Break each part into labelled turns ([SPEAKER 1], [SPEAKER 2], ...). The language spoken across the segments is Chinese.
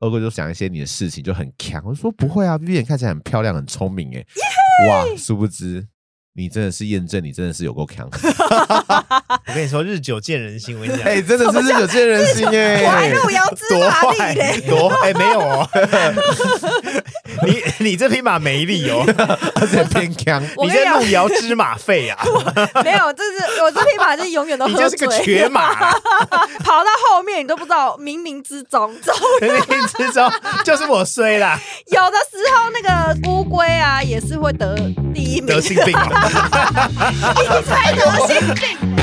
[SPEAKER 1] 二哥就讲一些你的事情，就很强。我就说不会啊，Vivian 看起来很漂亮，很聪明哎。哇，殊不知你真的是验证，你真的是有够强。
[SPEAKER 2] 我跟你说，日久见人心。我跟 你讲，
[SPEAKER 1] 哎，真的是日久见人 心哎。
[SPEAKER 3] 我还路遥知
[SPEAKER 1] 多
[SPEAKER 3] 马
[SPEAKER 1] 坏
[SPEAKER 3] 力嘞。
[SPEAKER 2] 多哎、没有哦， 你你这匹马没力哦，
[SPEAKER 1] 而且偏强。
[SPEAKER 3] 我
[SPEAKER 2] 你
[SPEAKER 3] 跟
[SPEAKER 2] 这
[SPEAKER 3] 你讲
[SPEAKER 2] 路遥知马费 啊，
[SPEAKER 3] 没有，这是我这匹马是永远都
[SPEAKER 2] 你
[SPEAKER 3] 喝
[SPEAKER 2] 就是个
[SPEAKER 3] 醉，
[SPEAKER 2] 瘸马， 啊
[SPEAKER 3] 跑到后面你都不知道冥冥之中，知道
[SPEAKER 2] 你知道就是我衰 啦，
[SPEAKER 3] 有的时候那个乌龟啊也是会得第一名
[SPEAKER 2] 得，哦性病啊了。
[SPEAKER 3] 你 才得性病。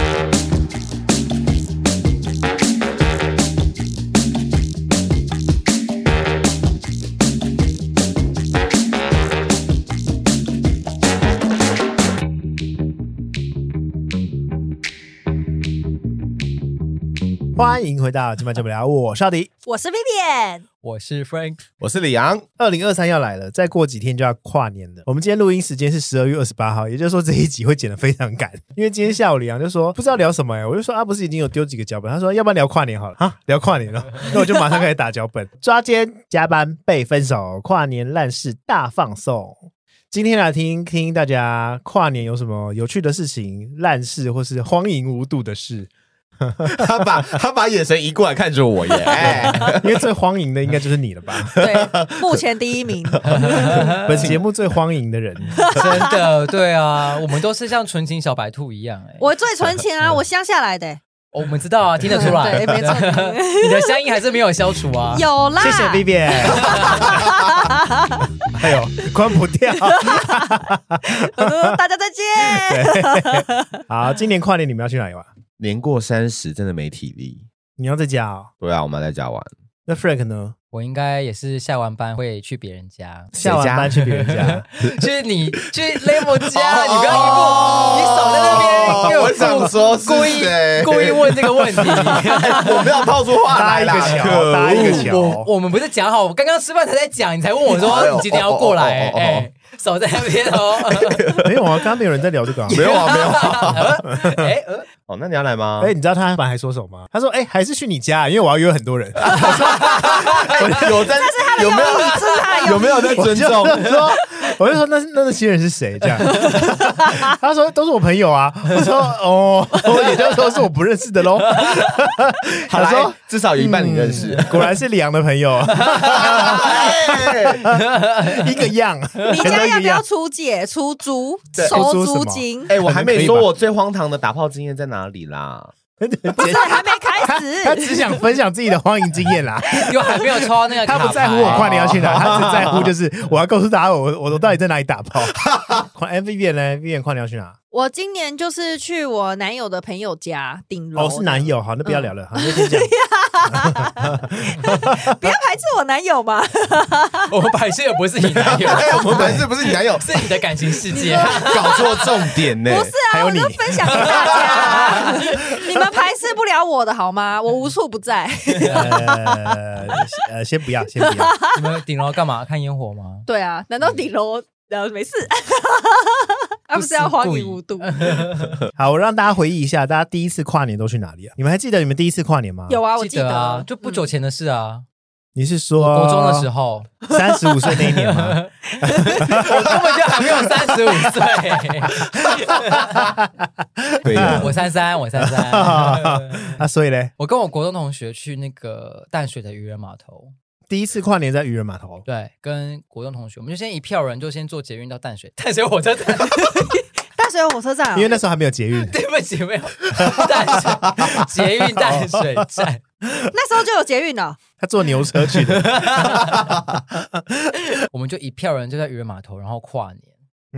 [SPEAKER 2] 欢迎回到今晚就不聊，我是阿迪。
[SPEAKER 3] 我是 Vivian，
[SPEAKER 4] 我是 Frank，
[SPEAKER 1] 我是李阳，
[SPEAKER 2] 二零二三要来了，再过几天就要跨年了。我们今天录音时间是十二月二十八号，也就是说这一集会剪得非常赶， 因为今天下午李阳就说不知道聊什么哎、我就说啊不是已经有丢几个脚本，他说要不然聊跨年好了啊，聊跨年了，那我就马上开始打脚本，抓奸、加班、被分手、跨年烂事大放送。今天来听听大家跨年有什么有趣的事情、烂事或是荒淫无度的事，
[SPEAKER 1] 他把他把眼神移过来看着 我耶，哎
[SPEAKER 2] 因为最荒淫的应该就是你了吧？
[SPEAKER 3] 对，目前第一名。
[SPEAKER 2] 本节目最荒淫的人。
[SPEAKER 4] 真的对啊，我们都是像纯情小白兔一样哎、
[SPEAKER 3] 我最存钱啊，我乡下来的、
[SPEAKER 4] 我们知道啊，听得出来，
[SPEAKER 3] 对 没错
[SPEAKER 4] 你的乡音还是没有消除 啊。
[SPEAKER 3] 有啦，
[SPEAKER 2] 谢谢 B B，哎呦，关不掉。
[SPEAKER 3] 呃大家再见。
[SPEAKER 2] 好，今年跨年你们要去哪里玩？
[SPEAKER 1] 年过三十真的没体力。
[SPEAKER 2] 你要在家哦。
[SPEAKER 1] 对啊，我们在家玩，
[SPEAKER 2] 那 Frank 呢？，
[SPEAKER 4] 我应该也是下完班会去别人家
[SPEAKER 2] 下完班去别人家，
[SPEAKER 4] 就是你去 Level 家，你不要一副你守在那边给
[SPEAKER 1] 哦我想说是
[SPEAKER 4] 故意
[SPEAKER 1] 谁
[SPEAKER 4] 故意问这个问题。
[SPEAKER 1] 哎我没有泡出话
[SPEAKER 2] 搭
[SPEAKER 1] 来
[SPEAKER 2] 一个
[SPEAKER 1] 啦，
[SPEAKER 2] 桥，搭一个
[SPEAKER 4] 我
[SPEAKER 2] 桥。
[SPEAKER 4] 我们不是讲好，我刚刚吃饭才在讲，你才问我
[SPEAKER 1] 哎呦
[SPEAKER 4] 说你几点要过来？
[SPEAKER 1] 哦哦哦哦哦
[SPEAKER 4] 哎，守在那边哦。
[SPEAKER 2] 没有啊，刚刚没有人在聊这个啊。
[SPEAKER 1] 没有啊，没有啊。
[SPEAKER 4] 哎，呃
[SPEAKER 1] 哦，那你要来吗？
[SPEAKER 2] 哎，你知道他还说什么吗？他说：“哎，还是去你家，因为我要约很多人。
[SPEAKER 1] 哎有在有没有
[SPEAKER 3] 这是他的
[SPEAKER 1] 有没有在”尊
[SPEAKER 2] 我就
[SPEAKER 1] 重？
[SPEAKER 2] 说，我就说那那那些人是谁？这样，他说都是我朋友 啊。我说哦，也就是说是我不认识的喽。
[SPEAKER 1] 好
[SPEAKER 2] 他说嗯
[SPEAKER 1] 来，至少有一半你认识。
[SPEAKER 2] 果然是李阳的朋 友，
[SPEAKER 1] 哎
[SPEAKER 2] 一个样。
[SPEAKER 3] 你
[SPEAKER 2] 全都
[SPEAKER 3] 家
[SPEAKER 2] 一
[SPEAKER 3] 要
[SPEAKER 2] 个
[SPEAKER 3] 不要
[SPEAKER 2] 样。
[SPEAKER 3] 出借出租
[SPEAKER 1] 对
[SPEAKER 3] 收
[SPEAKER 2] 出租什
[SPEAKER 3] 租
[SPEAKER 2] 么
[SPEAKER 3] 金？
[SPEAKER 1] 哎，我还
[SPEAKER 2] 可
[SPEAKER 1] 没
[SPEAKER 2] 以吧
[SPEAKER 1] 说我最荒唐的打炮经验在哪里啦？
[SPEAKER 3] 不是，还没开
[SPEAKER 2] 他
[SPEAKER 3] 始。
[SPEAKER 2] 只想分享自己的欢迎经验啦，
[SPEAKER 4] 又还没有抽到那个
[SPEAKER 2] 他
[SPEAKER 4] 卡牌，啊
[SPEAKER 2] 不在乎我跨年要去哪，他只在乎就是我要告诉大家我我我到底在哪里打炮。 跨 M V B 呢？V B 跨年要去哪？
[SPEAKER 3] 我今年就是去我男友的朋友家顶楼，
[SPEAKER 2] 哦，是男，友，好，那不要聊了，好，那先讲。
[SPEAKER 3] 不要排斥我男友嘛。
[SPEAKER 4] 我们本身也不是你男友，
[SPEAKER 1] 哎，我们本来是不是你男友？
[SPEAKER 4] 是你的感情世 界。
[SPEAKER 1] 搞错重点呢。
[SPEAKER 3] 不是
[SPEAKER 2] 还
[SPEAKER 3] 啊，
[SPEAKER 2] 有
[SPEAKER 3] 我
[SPEAKER 2] 你
[SPEAKER 3] 就分享给大家，啊你们排斥不了我的好吗？我无处不在。
[SPEAKER 2] 呃呃，先不要，先不要。
[SPEAKER 4] 你们顶楼干嘛？看烟火吗？
[SPEAKER 3] 对啊，难道顶楼呃没事？啊，不是要荒淫无度？
[SPEAKER 2] 好，我让大家回忆一下，大家第一次跨年都去哪里啊？你们还记得你们第一次跨年吗？
[SPEAKER 3] 有，啊，我记
[SPEAKER 4] 得啊
[SPEAKER 3] 得，
[SPEAKER 4] 就不久前的事啊，
[SPEAKER 2] 你是说
[SPEAKER 4] 我国中的时候，
[SPEAKER 2] 三十五岁那一年吗？
[SPEAKER 4] 我根本就还没有三十五岁，
[SPEAKER 1] 对 啊
[SPEAKER 4] 我三三，我三三。
[SPEAKER 2] 啊，所以嘞，
[SPEAKER 4] 我跟我国中同学去那个淡水的渔人码头，
[SPEAKER 2] 第一次跨年在渔人码头，
[SPEAKER 4] 对，跟国中同学，我们就先一票人就先坐捷运到淡水，淡水火车站，
[SPEAKER 3] 大学有火车站啊，
[SPEAKER 2] 因为那时候还没有捷运。
[SPEAKER 4] 对不起，没有淡水捷运淡水站，
[SPEAKER 3] 那时候就有捷运了。
[SPEAKER 2] 他坐牛车去的，
[SPEAKER 4] 我们就一票人就在渔人码头，然后跨
[SPEAKER 2] 嗯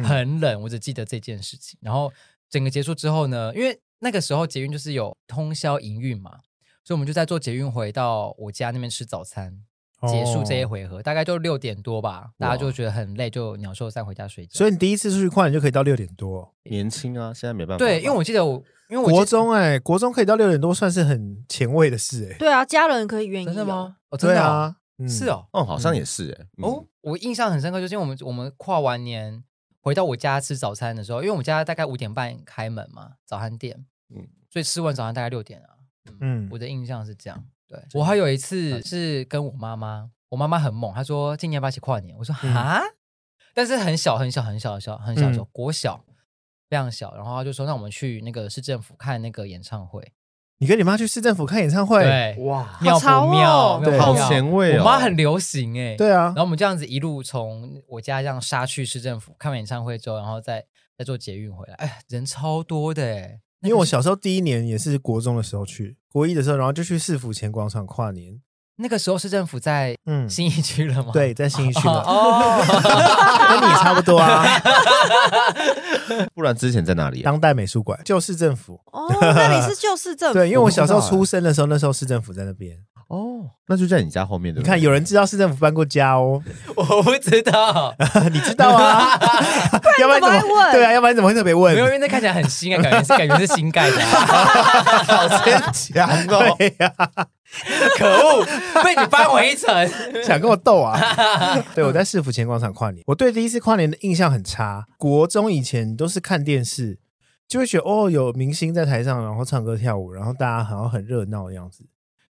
[SPEAKER 4] 年，很冷，我只记得这件事情。然后整个结束之后呢，因为那个时候捷运就是有通宵营运嘛，所以我们就在坐捷运回到我家那边吃早餐， 结束这一
[SPEAKER 2] 哦。
[SPEAKER 4] 回合，大概就六点多吧，大家就觉得很累，就鸟兽散回家睡觉。
[SPEAKER 2] 所以你第一次出去跨年就可以到六点多，
[SPEAKER 1] 年轻啊，现在没办法。
[SPEAKER 4] 对，因为我记得我，因为我记
[SPEAKER 2] 国中哎、国中可以到六点多，算是很前卫的事哎、
[SPEAKER 3] 对啊，家人可以愿意。
[SPEAKER 4] 真的？吗？哦，真
[SPEAKER 2] 对
[SPEAKER 4] 的哦，
[SPEAKER 2] 啊，嗯
[SPEAKER 4] 是，哦，
[SPEAKER 1] 哦，好像也是哎。嗯
[SPEAKER 4] 哦，，我印象很深刻，就是因为我们我们跨完年回到我家吃早餐的时候，因为我们家大概五点半开门嘛，早餐店，
[SPEAKER 1] 嗯
[SPEAKER 4] 嗯，所以吃完早餐大概六点啊，嗯，
[SPEAKER 2] 嗯
[SPEAKER 4] 我，的印象是这样。对我还有一次是跟我妈妈，我妈妈很猛，她说今年要不要一起跨年？我说哈，但是很小很小很小很小很小的时候，国小非常小，然后她就说那我们去那个市政府看那个演唱会，
[SPEAKER 2] 你跟你妈去市政府看演唱会？
[SPEAKER 4] 对，
[SPEAKER 5] 哇，
[SPEAKER 4] 妙
[SPEAKER 3] 潮
[SPEAKER 4] 不妙？
[SPEAKER 3] 哦
[SPEAKER 4] 妙不
[SPEAKER 2] 对
[SPEAKER 1] 好
[SPEAKER 4] 妙
[SPEAKER 1] 前卫哦！
[SPEAKER 4] 我妈很流行哎、
[SPEAKER 2] 对啊
[SPEAKER 4] 然，后我们这样子一路从我家这样杀去市政府看完演唱会之后，然后再再坐捷运回来，哎，人超多的哎、
[SPEAKER 2] 因为我小时候第一年也是国中的时候去，国一的时候，然后就去市府前广场跨年。
[SPEAKER 4] 那个时候市政府在
[SPEAKER 2] 嗯，
[SPEAKER 4] 新一区了吗？
[SPEAKER 2] 对，在新一区了，
[SPEAKER 4] 哦，
[SPEAKER 2] 跟你差不多啊。
[SPEAKER 1] 不然之前在哪里啊？
[SPEAKER 2] 当代美术 馆，旧市政府。
[SPEAKER 3] 哦，那你是旧市政府？
[SPEAKER 2] 对，因为我小时候
[SPEAKER 1] 我不知道
[SPEAKER 2] 出
[SPEAKER 1] 欸
[SPEAKER 2] 生的时候，那时候市政府在那边。
[SPEAKER 1] 哦，那就在你家后面对
[SPEAKER 2] 你
[SPEAKER 1] 不对
[SPEAKER 2] 看，有人知道市政府搬过家 哦，
[SPEAKER 4] 我不知 道，
[SPEAKER 2] 你知道啊？ 要不然
[SPEAKER 3] 怎么会
[SPEAKER 2] 怎么
[SPEAKER 3] 问
[SPEAKER 2] 对啊？要不然怎么会特别问
[SPEAKER 4] 没？有，因为那看起来很新啊，感觉是感觉是新盖的、啊
[SPEAKER 2] 哦
[SPEAKER 1] 好牵强哦！
[SPEAKER 2] 对哎呀，
[SPEAKER 4] 可恶， 被你翻回一层。
[SPEAKER 2] 想跟我斗 啊？对，我在市府前广场跨年，我对第一次跨年的印象很差。国中以前都是看电视，就会觉得哦，有明星在台上，然后唱歌跳舞，然后大家好像很热闹的样子。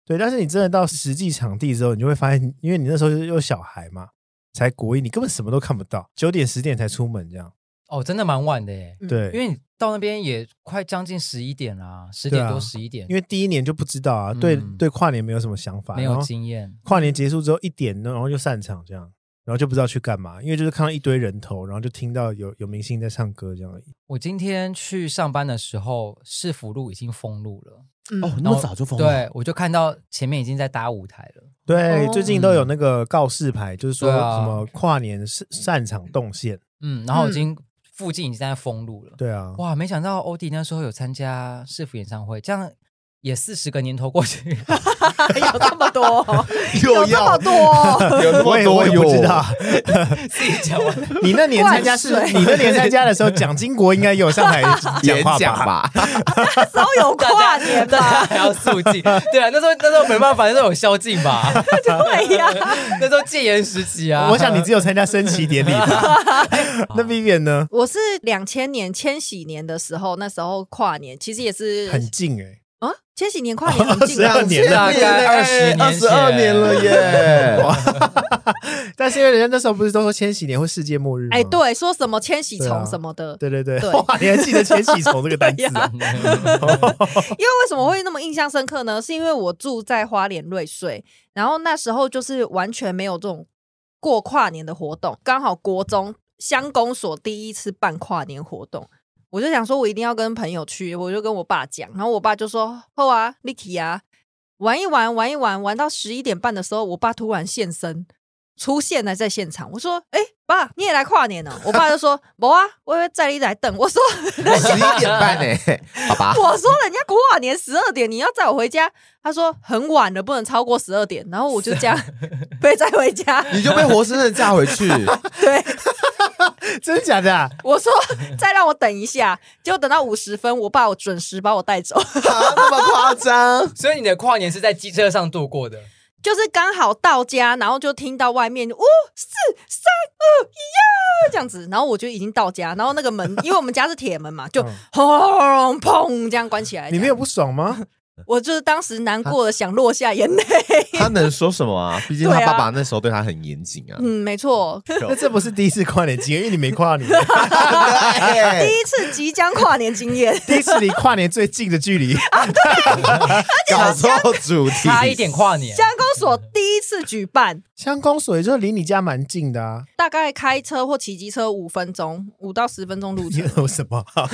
[SPEAKER 2] 对，但是你真的到实际场地之后，你就会发现，因为你那时候又有小孩嘛，才国一，你根本什么都看不到，九点十点才出门这样。
[SPEAKER 4] 哦，真的蛮晚的耶，
[SPEAKER 2] 对，
[SPEAKER 4] 嗯
[SPEAKER 2] 啊
[SPEAKER 4] 因为你到那边也快将近十一点啦，十点多十一点，
[SPEAKER 2] 因为啊第一年就不知道啊，对、
[SPEAKER 4] 嗯
[SPEAKER 2] 对跨年没有什么想法，
[SPEAKER 4] 没
[SPEAKER 2] 然
[SPEAKER 4] 有
[SPEAKER 2] 后
[SPEAKER 4] 经验。
[SPEAKER 2] 跨年结束之后一点，然后就散场这样，然后就不知道去干嘛，因为就是看到一堆人头，然后就听到有有明星在唱歌这样而已。
[SPEAKER 4] 我今天去上班的时候，市府路已经封路了，
[SPEAKER 3] 嗯
[SPEAKER 1] 哦，
[SPEAKER 4] 然
[SPEAKER 1] 那
[SPEAKER 4] 后
[SPEAKER 1] 么早就封了？
[SPEAKER 4] 对，我就看到前面已经在搭舞台了。
[SPEAKER 2] 对，
[SPEAKER 3] 哦
[SPEAKER 2] 最近都有那个告示牌，就是说
[SPEAKER 4] 对啊
[SPEAKER 2] 什么跨年散散场动线。
[SPEAKER 4] 嗯，然后已经、附近已经在封路了。
[SPEAKER 2] 对啊，
[SPEAKER 4] 哇，没想到欧弟那时候有参加市府演唱会，这样也四十个年头过去，
[SPEAKER 3] 有这么多，有
[SPEAKER 1] 又
[SPEAKER 3] 这
[SPEAKER 1] 要
[SPEAKER 3] 么多，
[SPEAKER 1] 有那
[SPEAKER 2] 我
[SPEAKER 1] 么
[SPEAKER 2] 也我
[SPEAKER 1] 多
[SPEAKER 2] 也不知道，
[SPEAKER 4] 自己讲完。
[SPEAKER 2] 你那年参加是
[SPEAKER 3] 灌，水
[SPEAKER 2] 你那年参加的时候，蒋经国应该也有上台 讲
[SPEAKER 1] 演
[SPEAKER 2] 话
[SPEAKER 1] 讲
[SPEAKER 2] 吧？
[SPEAKER 1] 吧？
[SPEAKER 3] 那时候有跨年
[SPEAKER 4] 大家
[SPEAKER 3] 吧？
[SPEAKER 4] 还要肃静，对啊，那时候那时候没办法，那时候有宵禁 吧，
[SPEAKER 3] 对呀，
[SPEAKER 4] 那时候戒严时期啊。
[SPEAKER 2] 我想你只有参加升旗典礼吧。 那 Vivian 呢？
[SPEAKER 3] 我是两千年千禧年的时候，那时候跨年其实也是
[SPEAKER 2] 很近哎，
[SPEAKER 3] 啊，千禧年跨年很 近
[SPEAKER 2] 是啊
[SPEAKER 3] 啊，
[SPEAKER 2] 年
[SPEAKER 4] 大概20
[SPEAKER 1] 二
[SPEAKER 4] 年
[SPEAKER 1] 十二
[SPEAKER 4] 前
[SPEAKER 1] 年了耶！
[SPEAKER 2] 但是因为人家那时候不是都说千禧年会世界末日吗？
[SPEAKER 3] 哎，对，说什么千禧
[SPEAKER 2] 对啊
[SPEAKER 3] 虫什么的，
[SPEAKER 2] 对对对，
[SPEAKER 3] 对
[SPEAKER 2] 哇，你还记得千禧虫这个单 词、啊？
[SPEAKER 3] 因为为什么会那么印象深刻呢？是因为我住在花莲瑞穗，然后那时候就是完全没有这种过跨年的活动，刚好国中乡公所第一次办跨年活动。我就想说，我一定要跟朋友去，我就跟我爸讲，然后我爸就说：“后啊，Licky 啊，玩一玩，玩一玩，玩到十一点半的时候，我爸突然现身，出现了在现场。我说：‘哎、爸，你也来跨年呢、哦我爸就说：“ 没啊，我会在你来等。’我说：‘
[SPEAKER 1] 十一点半呢，好 吧？
[SPEAKER 3] 我说人家跨年十二点，你要载我回家。他说很晚了，不能超过十二点。然后我就 这样被载回家。
[SPEAKER 1] 你就被活生生地嫁回去，
[SPEAKER 3] 对，
[SPEAKER 2] 真的假的、啊？
[SPEAKER 3] 我说再让我等一下，结果等到五十分，我爸我准时把我带走，
[SPEAKER 1] 那么夸张？
[SPEAKER 4] 所以你的跨年是在机车上度过的，
[SPEAKER 3] 就是刚好到家，然后就听到外面五哦四三二一呀这样子，然后我就已经到家，然后那个门，因为我们家是铁门嘛，就
[SPEAKER 2] 嗯
[SPEAKER 3] 轰轰砰这样关起来。
[SPEAKER 2] 你没有不爽吗？
[SPEAKER 3] 我就是当时难过的想落下眼泪。
[SPEAKER 1] 他能说什么啊？毕竟他
[SPEAKER 3] 对啊
[SPEAKER 1] 爸爸那时候对他很严谨啊。
[SPEAKER 3] 嗯，没错，
[SPEAKER 2] 那这不是第一次跨年经验，因为你没跨年，
[SPEAKER 1] 对
[SPEAKER 3] 第一次即将跨年经验。
[SPEAKER 2] 第一次离跨年最近的距离。
[SPEAKER 1] 搞错主题，
[SPEAKER 4] 差一点跨年。
[SPEAKER 3] 乡公所第一次举办，
[SPEAKER 2] 香公所也就是离你家蛮近的啊，
[SPEAKER 3] 大概开车或骑机车五分钟，五到十分钟 路程。
[SPEAKER 2] 有什么好？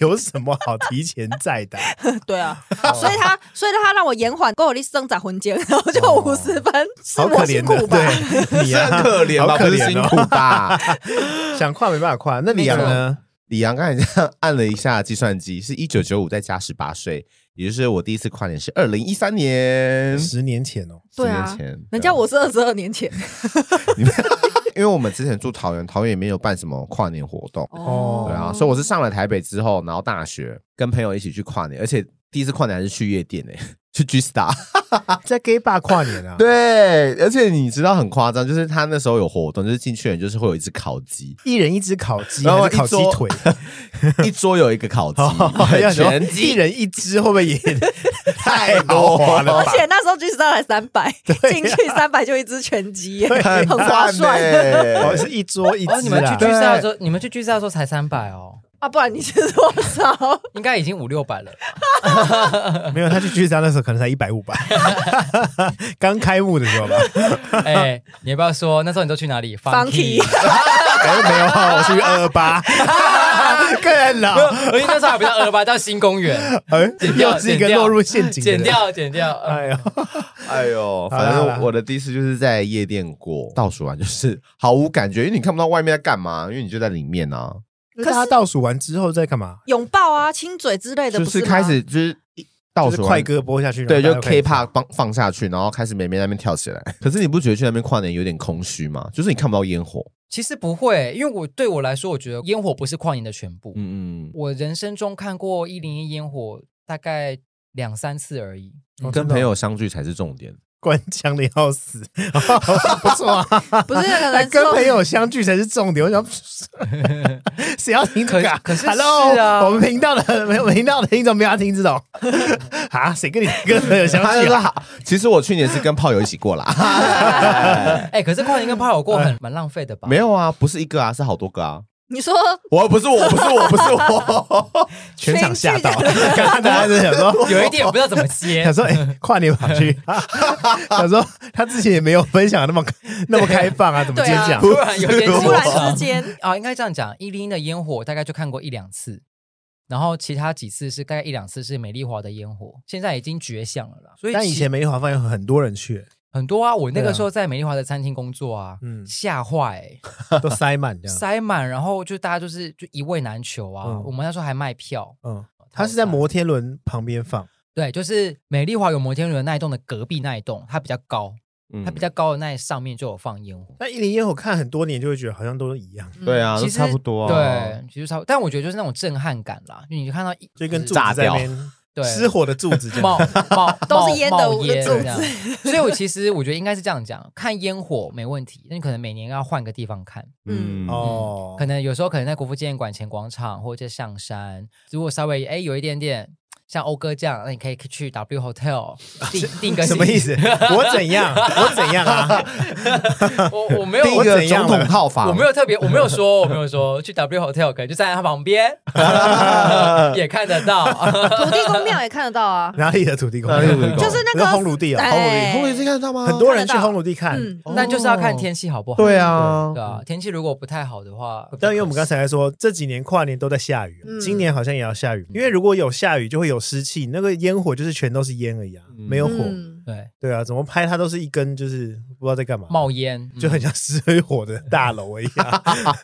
[SPEAKER 2] 有什么好提前在的啊？
[SPEAKER 3] 对啊，所以他所以他让我延缓跟我的生长婚间，然后就五十分，是
[SPEAKER 2] 哦好可
[SPEAKER 3] 我
[SPEAKER 2] 怜
[SPEAKER 3] 辛
[SPEAKER 2] 的，
[SPEAKER 3] 苦吧？
[SPEAKER 2] 对，你
[SPEAKER 1] 是很
[SPEAKER 2] 啊，
[SPEAKER 1] 可怜吧？
[SPEAKER 2] 好
[SPEAKER 1] 不
[SPEAKER 2] 可
[SPEAKER 1] 是
[SPEAKER 2] 怜
[SPEAKER 1] 辛
[SPEAKER 2] 哦。
[SPEAKER 1] 苦吧？
[SPEAKER 2] 想跨没办法跨，那李阳呢？
[SPEAKER 1] 李阳刚才 这样按了一下计算机，是一九九五再加十八岁，也就是我第一次跨年是二零一三年，十
[SPEAKER 2] 十年前哦，
[SPEAKER 3] 对
[SPEAKER 1] 年
[SPEAKER 3] 啊
[SPEAKER 1] 前。
[SPEAKER 3] 人家我是二十二年前
[SPEAKER 1] 对啊，因为我们之前住桃园，桃园也没有办什么跨年活动，
[SPEAKER 2] 哦
[SPEAKER 1] 对啊，所以我是上了台北之后，然后大学跟朋友一起去跨年，而且第一次跨年还是去夜店诶、欸 去 G Star，
[SPEAKER 2] 在 gay bar 跨年啊，，
[SPEAKER 1] 对，而且你知道很夸张，就是他那时候有活动，就是进去的人就是会有一只烤鸡，
[SPEAKER 2] 一人一只烤鸡，
[SPEAKER 1] 然后
[SPEAKER 2] 还是烤鸡
[SPEAKER 1] 一桌
[SPEAKER 2] 腿，
[SPEAKER 1] 一桌有一个烤 鸡
[SPEAKER 2] 哦，要
[SPEAKER 1] 对
[SPEAKER 2] 说
[SPEAKER 1] 全
[SPEAKER 2] 一
[SPEAKER 1] 鸡
[SPEAKER 2] 人一只，会不会也
[SPEAKER 1] 太
[SPEAKER 2] 豪华了
[SPEAKER 1] 多了
[SPEAKER 3] 而
[SPEAKER 1] 吧，
[SPEAKER 3] 且那时候 G Star 才三 百，进去三百就一只拳击耶，
[SPEAKER 1] 很
[SPEAKER 3] 很划算
[SPEAKER 2] 哦
[SPEAKER 1] 算
[SPEAKER 2] 是一桌一只
[SPEAKER 4] 哦，你们去
[SPEAKER 2] 啦
[SPEAKER 4] 聚？赛的时候，你们去聚赛的时候才三百哦，
[SPEAKER 3] 啊！不然你是多 少？
[SPEAKER 4] 应该已经五六百了吧。
[SPEAKER 2] 没有，他去聚餐那时候可能才一百五吧， 刚开幕的时候吧。
[SPEAKER 4] 哎，你要不要说那时候你都去哪里
[SPEAKER 3] Funky
[SPEAKER 2] 哎，没有，我是去二二八，更老，
[SPEAKER 4] 而且那时候还不叫二八，叫新公园，
[SPEAKER 2] 哎，
[SPEAKER 4] 剪掉
[SPEAKER 2] 又是一
[SPEAKER 4] 剪
[SPEAKER 2] 个
[SPEAKER 4] 掉
[SPEAKER 2] 落入陷阱，
[SPEAKER 4] 剪。掉剪掉。呃
[SPEAKER 2] 哎呦，
[SPEAKER 1] 哎呦，
[SPEAKER 2] 好啦
[SPEAKER 1] 反
[SPEAKER 2] 好啦
[SPEAKER 1] 正我的第一次就是在夜店过，倒数完就是毫无感觉，因为你看不到外面在干嘛，因为你就在里面啊，
[SPEAKER 2] 可是他倒数完之后再干嘛？
[SPEAKER 3] 拥抱啊、亲嘴之类的，
[SPEAKER 1] 就
[SPEAKER 3] 不
[SPEAKER 1] 是
[SPEAKER 3] 吗
[SPEAKER 1] 开始就是一倒
[SPEAKER 2] 就是
[SPEAKER 1] 数
[SPEAKER 2] 快
[SPEAKER 1] 完
[SPEAKER 2] 歌播下去，
[SPEAKER 1] 对，就
[SPEAKER 2] 然后大家
[SPEAKER 1] K-pop 放放下去，然后开始妹妹在那边跳起 来。可是你不觉得去那边跨年有点空虚吗？就是你看不到烟火。
[SPEAKER 4] 其实不会，因为我对我来说，我觉得烟火不是跨年的全部。
[SPEAKER 1] 嗯
[SPEAKER 4] 我人生中看过一零一烟火大概两三次而已。
[SPEAKER 2] 哦
[SPEAKER 1] 跟朋友相聚才是重 点。
[SPEAKER 2] 官腔的要死，不错啊，
[SPEAKER 3] 不是可
[SPEAKER 2] 还
[SPEAKER 3] 能
[SPEAKER 2] 跟
[SPEAKER 3] 说
[SPEAKER 2] 朋友相聚才是重点。我想， 谁要听这个啊？
[SPEAKER 4] 可可是
[SPEAKER 2] Hello，
[SPEAKER 4] 是啊
[SPEAKER 2] 我们频道的没有频道的听众没有要听这种 啊？谁跟你跟朋友相
[SPEAKER 1] 他就
[SPEAKER 2] 聚
[SPEAKER 1] 说
[SPEAKER 2] 啊？
[SPEAKER 1] 好，其实我去年是跟炮友一起过 啦。
[SPEAKER 4] 哎、可是跨年跟炮友过很蛮浪费的吧？
[SPEAKER 1] 没有啊，不是一个啊，是好多个啊。
[SPEAKER 3] 你说
[SPEAKER 1] 我不是我，不是我，不是我。
[SPEAKER 2] 全场吓到，
[SPEAKER 3] 全剧
[SPEAKER 2] 刚刚大家在想说。
[SPEAKER 4] 有一点我不知道怎么 接
[SPEAKER 2] 想。说，哎、跨年跑去，想说他之前也没有分享那么那么开放啊，怎么今天讲？
[SPEAKER 4] 突然有点
[SPEAKER 1] 不是
[SPEAKER 3] 突
[SPEAKER 4] 紧
[SPEAKER 1] 我
[SPEAKER 3] 然
[SPEAKER 4] 张
[SPEAKER 3] 之间，
[SPEAKER 4] 啊，应该这样讲，一零一的烟火大概就看过一两次，然后其他几次是大概一两次是美丽华的烟火，现在已经绝响了啦。所以
[SPEAKER 2] 但以
[SPEAKER 4] 其
[SPEAKER 2] 前梅华饭有很多人去，
[SPEAKER 4] 很多啊，我那
[SPEAKER 2] 对
[SPEAKER 4] 个
[SPEAKER 2] 啊
[SPEAKER 4] 时候在美丽华的餐厅工作啊，
[SPEAKER 2] 嗯
[SPEAKER 4] 吓坏、欸
[SPEAKER 2] 都塞满这样。
[SPEAKER 4] 塞满，然后就大家就是就一位难求啊。
[SPEAKER 2] 嗯
[SPEAKER 4] 我们那时候还卖票，
[SPEAKER 2] 嗯，他是在摩天轮旁边放，
[SPEAKER 4] 对，就是美丽华有摩天轮那一栋的隔壁那一栋，它比较高，
[SPEAKER 1] 嗯
[SPEAKER 4] 它比较高的那上面就有放烟火。
[SPEAKER 2] 但一零烟火看很多年就会觉得好像都一样，
[SPEAKER 1] 对啊，
[SPEAKER 4] 其
[SPEAKER 1] 都
[SPEAKER 4] 实
[SPEAKER 1] 差不多啊。
[SPEAKER 4] 对，其实差不多，但我觉得就是那种震撼感啦，就你就看到一
[SPEAKER 2] 就跟柱子
[SPEAKER 1] 炸
[SPEAKER 2] 在那
[SPEAKER 1] 掉
[SPEAKER 2] 边
[SPEAKER 4] 对
[SPEAKER 2] 失火的柱子这
[SPEAKER 4] 冒
[SPEAKER 2] 样。
[SPEAKER 4] 冒
[SPEAKER 3] 都是
[SPEAKER 4] 冒
[SPEAKER 3] 烟的
[SPEAKER 4] 冒
[SPEAKER 3] 我的
[SPEAKER 4] 烟
[SPEAKER 3] 肚
[SPEAKER 4] 这样。所以我其实我觉得应该是这样讲，看烟火没问题，那你可能每年要换个地方看。
[SPEAKER 3] 嗯
[SPEAKER 1] 嗯，
[SPEAKER 2] 哦，
[SPEAKER 4] 可能有时候可能在国父纪念馆前广场或者在上山，如果稍微哎有一点点像欧哥这样，那你可以去 W Hotel 订订个
[SPEAKER 2] 什么意思？我怎样？我怎样啊？
[SPEAKER 4] 我我没有
[SPEAKER 1] 第一
[SPEAKER 4] 我
[SPEAKER 1] 个
[SPEAKER 2] 怎样啊
[SPEAKER 1] 总
[SPEAKER 2] 了
[SPEAKER 1] 统套 房，
[SPEAKER 4] 我没有特别，我没有说，我没有说去 W Hotel 可能就站在他 旁边也看得到。
[SPEAKER 3] 土地公庙也看得 到啊，
[SPEAKER 2] 哪里的土地公？
[SPEAKER 1] 哪里的土地 公
[SPEAKER 3] 就是那个
[SPEAKER 2] 烘炉地啊，烘炉
[SPEAKER 3] 哎
[SPEAKER 2] 地，
[SPEAKER 1] 后面是看得到吗？
[SPEAKER 2] 很多人去
[SPEAKER 3] 看得
[SPEAKER 2] 烘
[SPEAKER 3] 到
[SPEAKER 2] 炉地看。
[SPEAKER 3] 嗯，
[SPEAKER 4] 那就是要看天气好不好。
[SPEAKER 1] 对啊
[SPEAKER 4] 对，啊，天气如果不太好的话，
[SPEAKER 2] 哦但因为我们刚才在说这几年跨年都在下雨，
[SPEAKER 3] 嗯
[SPEAKER 2] 今年好像也要下雨，因为如果有下雨就会有湿气，那个烟火就是全都是烟而已啊，
[SPEAKER 1] 嗯
[SPEAKER 2] 没有火。
[SPEAKER 3] 嗯，
[SPEAKER 4] 对
[SPEAKER 2] 对啊，怎么拍它都是一根，就是不知道在干嘛，
[SPEAKER 4] 冒烟嗯
[SPEAKER 2] 就很像失火的大楼一 样。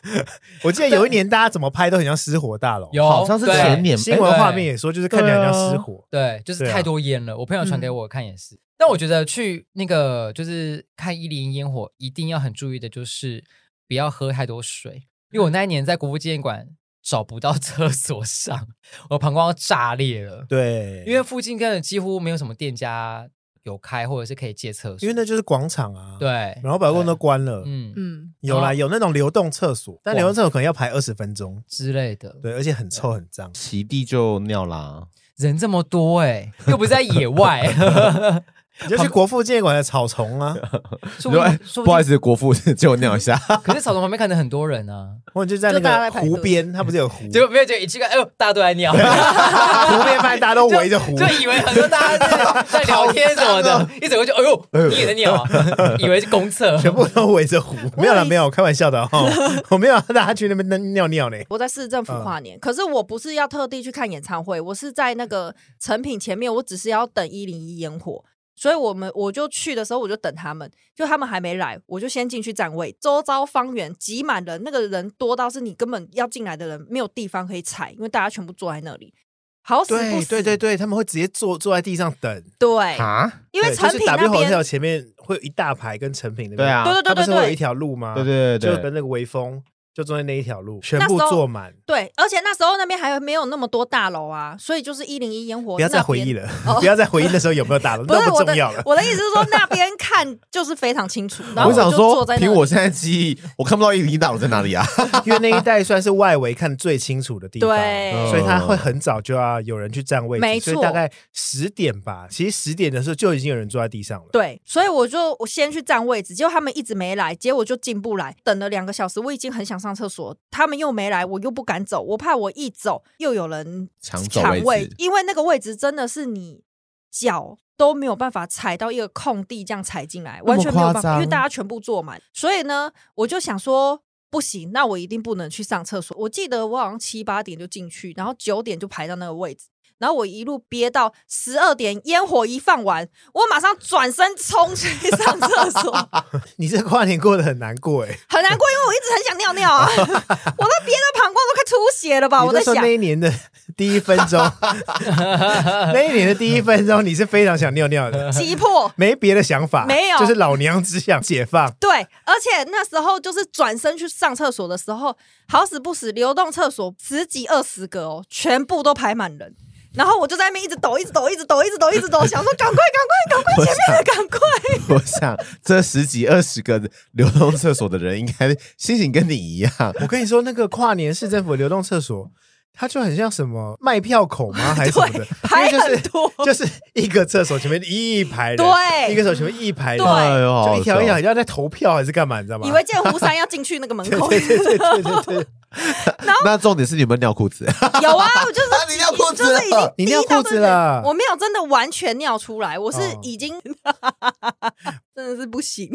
[SPEAKER 2] 我记得有一年大家怎么拍都很像失火大楼，
[SPEAKER 4] 有
[SPEAKER 1] 好像是
[SPEAKER 4] 对
[SPEAKER 1] 前年
[SPEAKER 2] 新闻画面也说就是看起来很像失火。
[SPEAKER 4] 对，就是
[SPEAKER 2] 对啊嗯
[SPEAKER 4] 太多烟了。我朋友传给我看也是。但我觉得去那个就是看一零烟火，一定要很注意的就是不要喝太多水，因为
[SPEAKER 2] 嗯
[SPEAKER 4] 我那一年在国父纪念馆找不到 厕所上，我膀胱要炸裂了。
[SPEAKER 2] 对，
[SPEAKER 4] 因为附近根本几乎没有什么店家有开或者是可以借厕
[SPEAKER 2] 因
[SPEAKER 4] 所，
[SPEAKER 2] 为那就是广场啊，，
[SPEAKER 4] 对，
[SPEAKER 2] 然后百货公司都关了，
[SPEAKER 4] 嗯
[SPEAKER 3] 嗯，
[SPEAKER 2] 有啦，
[SPEAKER 4] 然后
[SPEAKER 2] 有那种流动厕所，但流动厕所可能要排二十分钟，
[SPEAKER 4] 之类的，
[SPEAKER 2] 对，而且很臭很 脏。
[SPEAKER 1] 席地就尿啦。
[SPEAKER 4] 人这么多哎、又不是在 野外，
[SPEAKER 2] 你就去国父纪念馆的草丛啊，
[SPEAKER 4] 说
[SPEAKER 1] 你说哎
[SPEAKER 4] 定说
[SPEAKER 1] 不好意
[SPEAKER 4] 思，
[SPEAKER 1] 思，国父 借我尿一下。
[SPEAKER 4] 可是草丛旁边可能很多人 啊，
[SPEAKER 2] 或者就在那
[SPEAKER 3] 就大家
[SPEAKER 2] 个
[SPEAKER 3] 在排队
[SPEAKER 2] 湖边，它不是有 湖，
[SPEAKER 4] 结果没有，结果一去看，哎呦，大家都在 尿，
[SPEAKER 2] 湖边发现大家都围着湖，
[SPEAKER 4] 就以为很多大家在在聊天什么的，一整个就哎呦，你也在尿 啊，以为是公厕，
[SPEAKER 2] 啊全部都围着湖。没有啦，没有，开玩笑的 哈，我没有让大家去那边尿尿呢。
[SPEAKER 3] 我在市政府跨
[SPEAKER 2] 嗯
[SPEAKER 3] 年，可是我不是要特地去看演唱会，我是在那个成品前面，我只是要等一零一烟火。所以我们我就去的时候，我就等他们，就他们还没来，我就先进去占位。周遭方圆挤满人，那个人多到是你根本要进来的人没有地方可以踩，因为大家全部坐在那里，好死不
[SPEAKER 2] 对
[SPEAKER 3] 死，
[SPEAKER 2] 对对对，他们会直接坐坐在地上等，
[SPEAKER 3] 对
[SPEAKER 1] 啊？
[SPEAKER 3] 因为
[SPEAKER 2] 对
[SPEAKER 3] 成
[SPEAKER 2] 就是
[SPEAKER 3] 品那
[SPEAKER 2] W
[SPEAKER 3] 边
[SPEAKER 2] Hotel 前面会有一大排跟成品那边，
[SPEAKER 1] 对啊，啊
[SPEAKER 3] 对对
[SPEAKER 2] 它
[SPEAKER 3] 对
[SPEAKER 2] 不是
[SPEAKER 3] 对
[SPEAKER 2] 会有一
[SPEAKER 3] 对，
[SPEAKER 2] 条路吗？
[SPEAKER 1] 对对
[SPEAKER 2] 就
[SPEAKER 1] 对
[SPEAKER 2] 跟
[SPEAKER 1] 对，
[SPEAKER 2] 那个微风就中间那一条路全
[SPEAKER 3] 那时
[SPEAKER 2] 部
[SPEAKER 3] 候
[SPEAKER 2] 坐满，
[SPEAKER 3] 对，而且那时候那边还没有那么多大楼啊，所以就是一零一烟火。
[SPEAKER 2] 不要再回忆
[SPEAKER 3] 了。
[SPEAKER 2] 了，
[SPEAKER 3] 哦
[SPEAKER 2] 不要再回忆那时候有没有打了，
[SPEAKER 3] 不
[SPEAKER 2] 那
[SPEAKER 3] 是我的
[SPEAKER 2] 重要了，。
[SPEAKER 3] 我的意思是说，那边看就是非常清楚。然后
[SPEAKER 1] 我想
[SPEAKER 3] 就坐
[SPEAKER 1] 说
[SPEAKER 3] 在，那
[SPEAKER 1] 凭
[SPEAKER 3] 里
[SPEAKER 1] 我现在记忆，我看不到一零大楼在哪里啊？
[SPEAKER 2] 因为那一带算是外围看最清楚的地方，
[SPEAKER 3] 对
[SPEAKER 1] 嗯
[SPEAKER 2] 所以他会很早就要有人去占位置，
[SPEAKER 3] 没错
[SPEAKER 2] 所以大概十点吧，其实十点的时候就已经有人坐在地上了。
[SPEAKER 3] 对，所以我就我先去占位置，结果他们一直没来，结果就进不来，等了两个小时，我已经很想上厕所，他们又没来，我又不敢走，我怕我一走又有人
[SPEAKER 1] 抢走
[SPEAKER 3] 抢
[SPEAKER 1] 位
[SPEAKER 3] 位
[SPEAKER 1] 置，
[SPEAKER 3] 因为那个位置真的是你脚都没有办法踩到一个空地这样踩进来，
[SPEAKER 1] 那么
[SPEAKER 3] 完全没有办
[SPEAKER 1] 夸张
[SPEAKER 3] 法，因为大家全部坐满，所以呢，我就想说。不行，那我一定不能去上厕所。我记得我好像七八点就进去，然后九点就排到那个位置，然后我一路憋到十二点，烟火一放完，我马上转身冲去上厕 所，
[SPEAKER 2] 你这跨年过得很难过 哎，
[SPEAKER 3] 很难过，因为我一直很想尿尿啊， 我都憋到膀胱都快出血了吧？
[SPEAKER 2] 你
[SPEAKER 3] 啊我在
[SPEAKER 2] 说
[SPEAKER 3] 想，
[SPEAKER 2] 那一年的第一分 钟，那一年的第一分钟，你是非常想尿尿 的，
[SPEAKER 3] 急迫，
[SPEAKER 2] 没别的想法，
[SPEAKER 3] 没有
[SPEAKER 2] 就是老娘只想解放。
[SPEAKER 3] 对，而且那时候就是转身去上厕所的时候，好死不死，流动厕所十几二十个哦，全部都排满人。然后我就在那边一直抖，一直抖，一直抖，一直抖，一直抖，想说赶快，赶快，赶快，前面的赶快。
[SPEAKER 1] 我想这十几二十个流动厕所的人，应该心情跟你一样。
[SPEAKER 2] 我跟你说，那个跨年市政府的流动厕所，它就很像什么卖票口吗？ 还是什么的
[SPEAKER 3] 对，排
[SPEAKER 2] 因为就是
[SPEAKER 3] 很多
[SPEAKER 2] 就是一个厕所前面一排人，
[SPEAKER 3] 对
[SPEAKER 2] 一个厕所前面一排人，
[SPEAKER 3] 对
[SPEAKER 1] 哎呦，好
[SPEAKER 2] 就一条
[SPEAKER 1] 笑
[SPEAKER 2] 一条，要在投票还是干嘛？你知道吗？
[SPEAKER 3] 以为剑湖山要进去那个门口，
[SPEAKER 1] 那重点是你们尿裤子，
[SPEAKER 3] 有啊，我就是
[SPEAKER 1] 你尿裤子
[SPEAKER 3] 就
[SPEAKER 1] 了
[SPEAKER 3] 是已经
[SPEAKER 2] 你尿
[SPEAKER 3] 逼到
[SPEAKER 2] 裤
[SPEAKER 3] 真
[SPEAKER 2] 子
[SPEAKER 3] 的
[SPEAKER 2] 了
[SPEAKER 3] 我没有真的完全尿出来，我是
[SPEAKER 2] 哦
[SPEAKER 3] 已经真的是不行。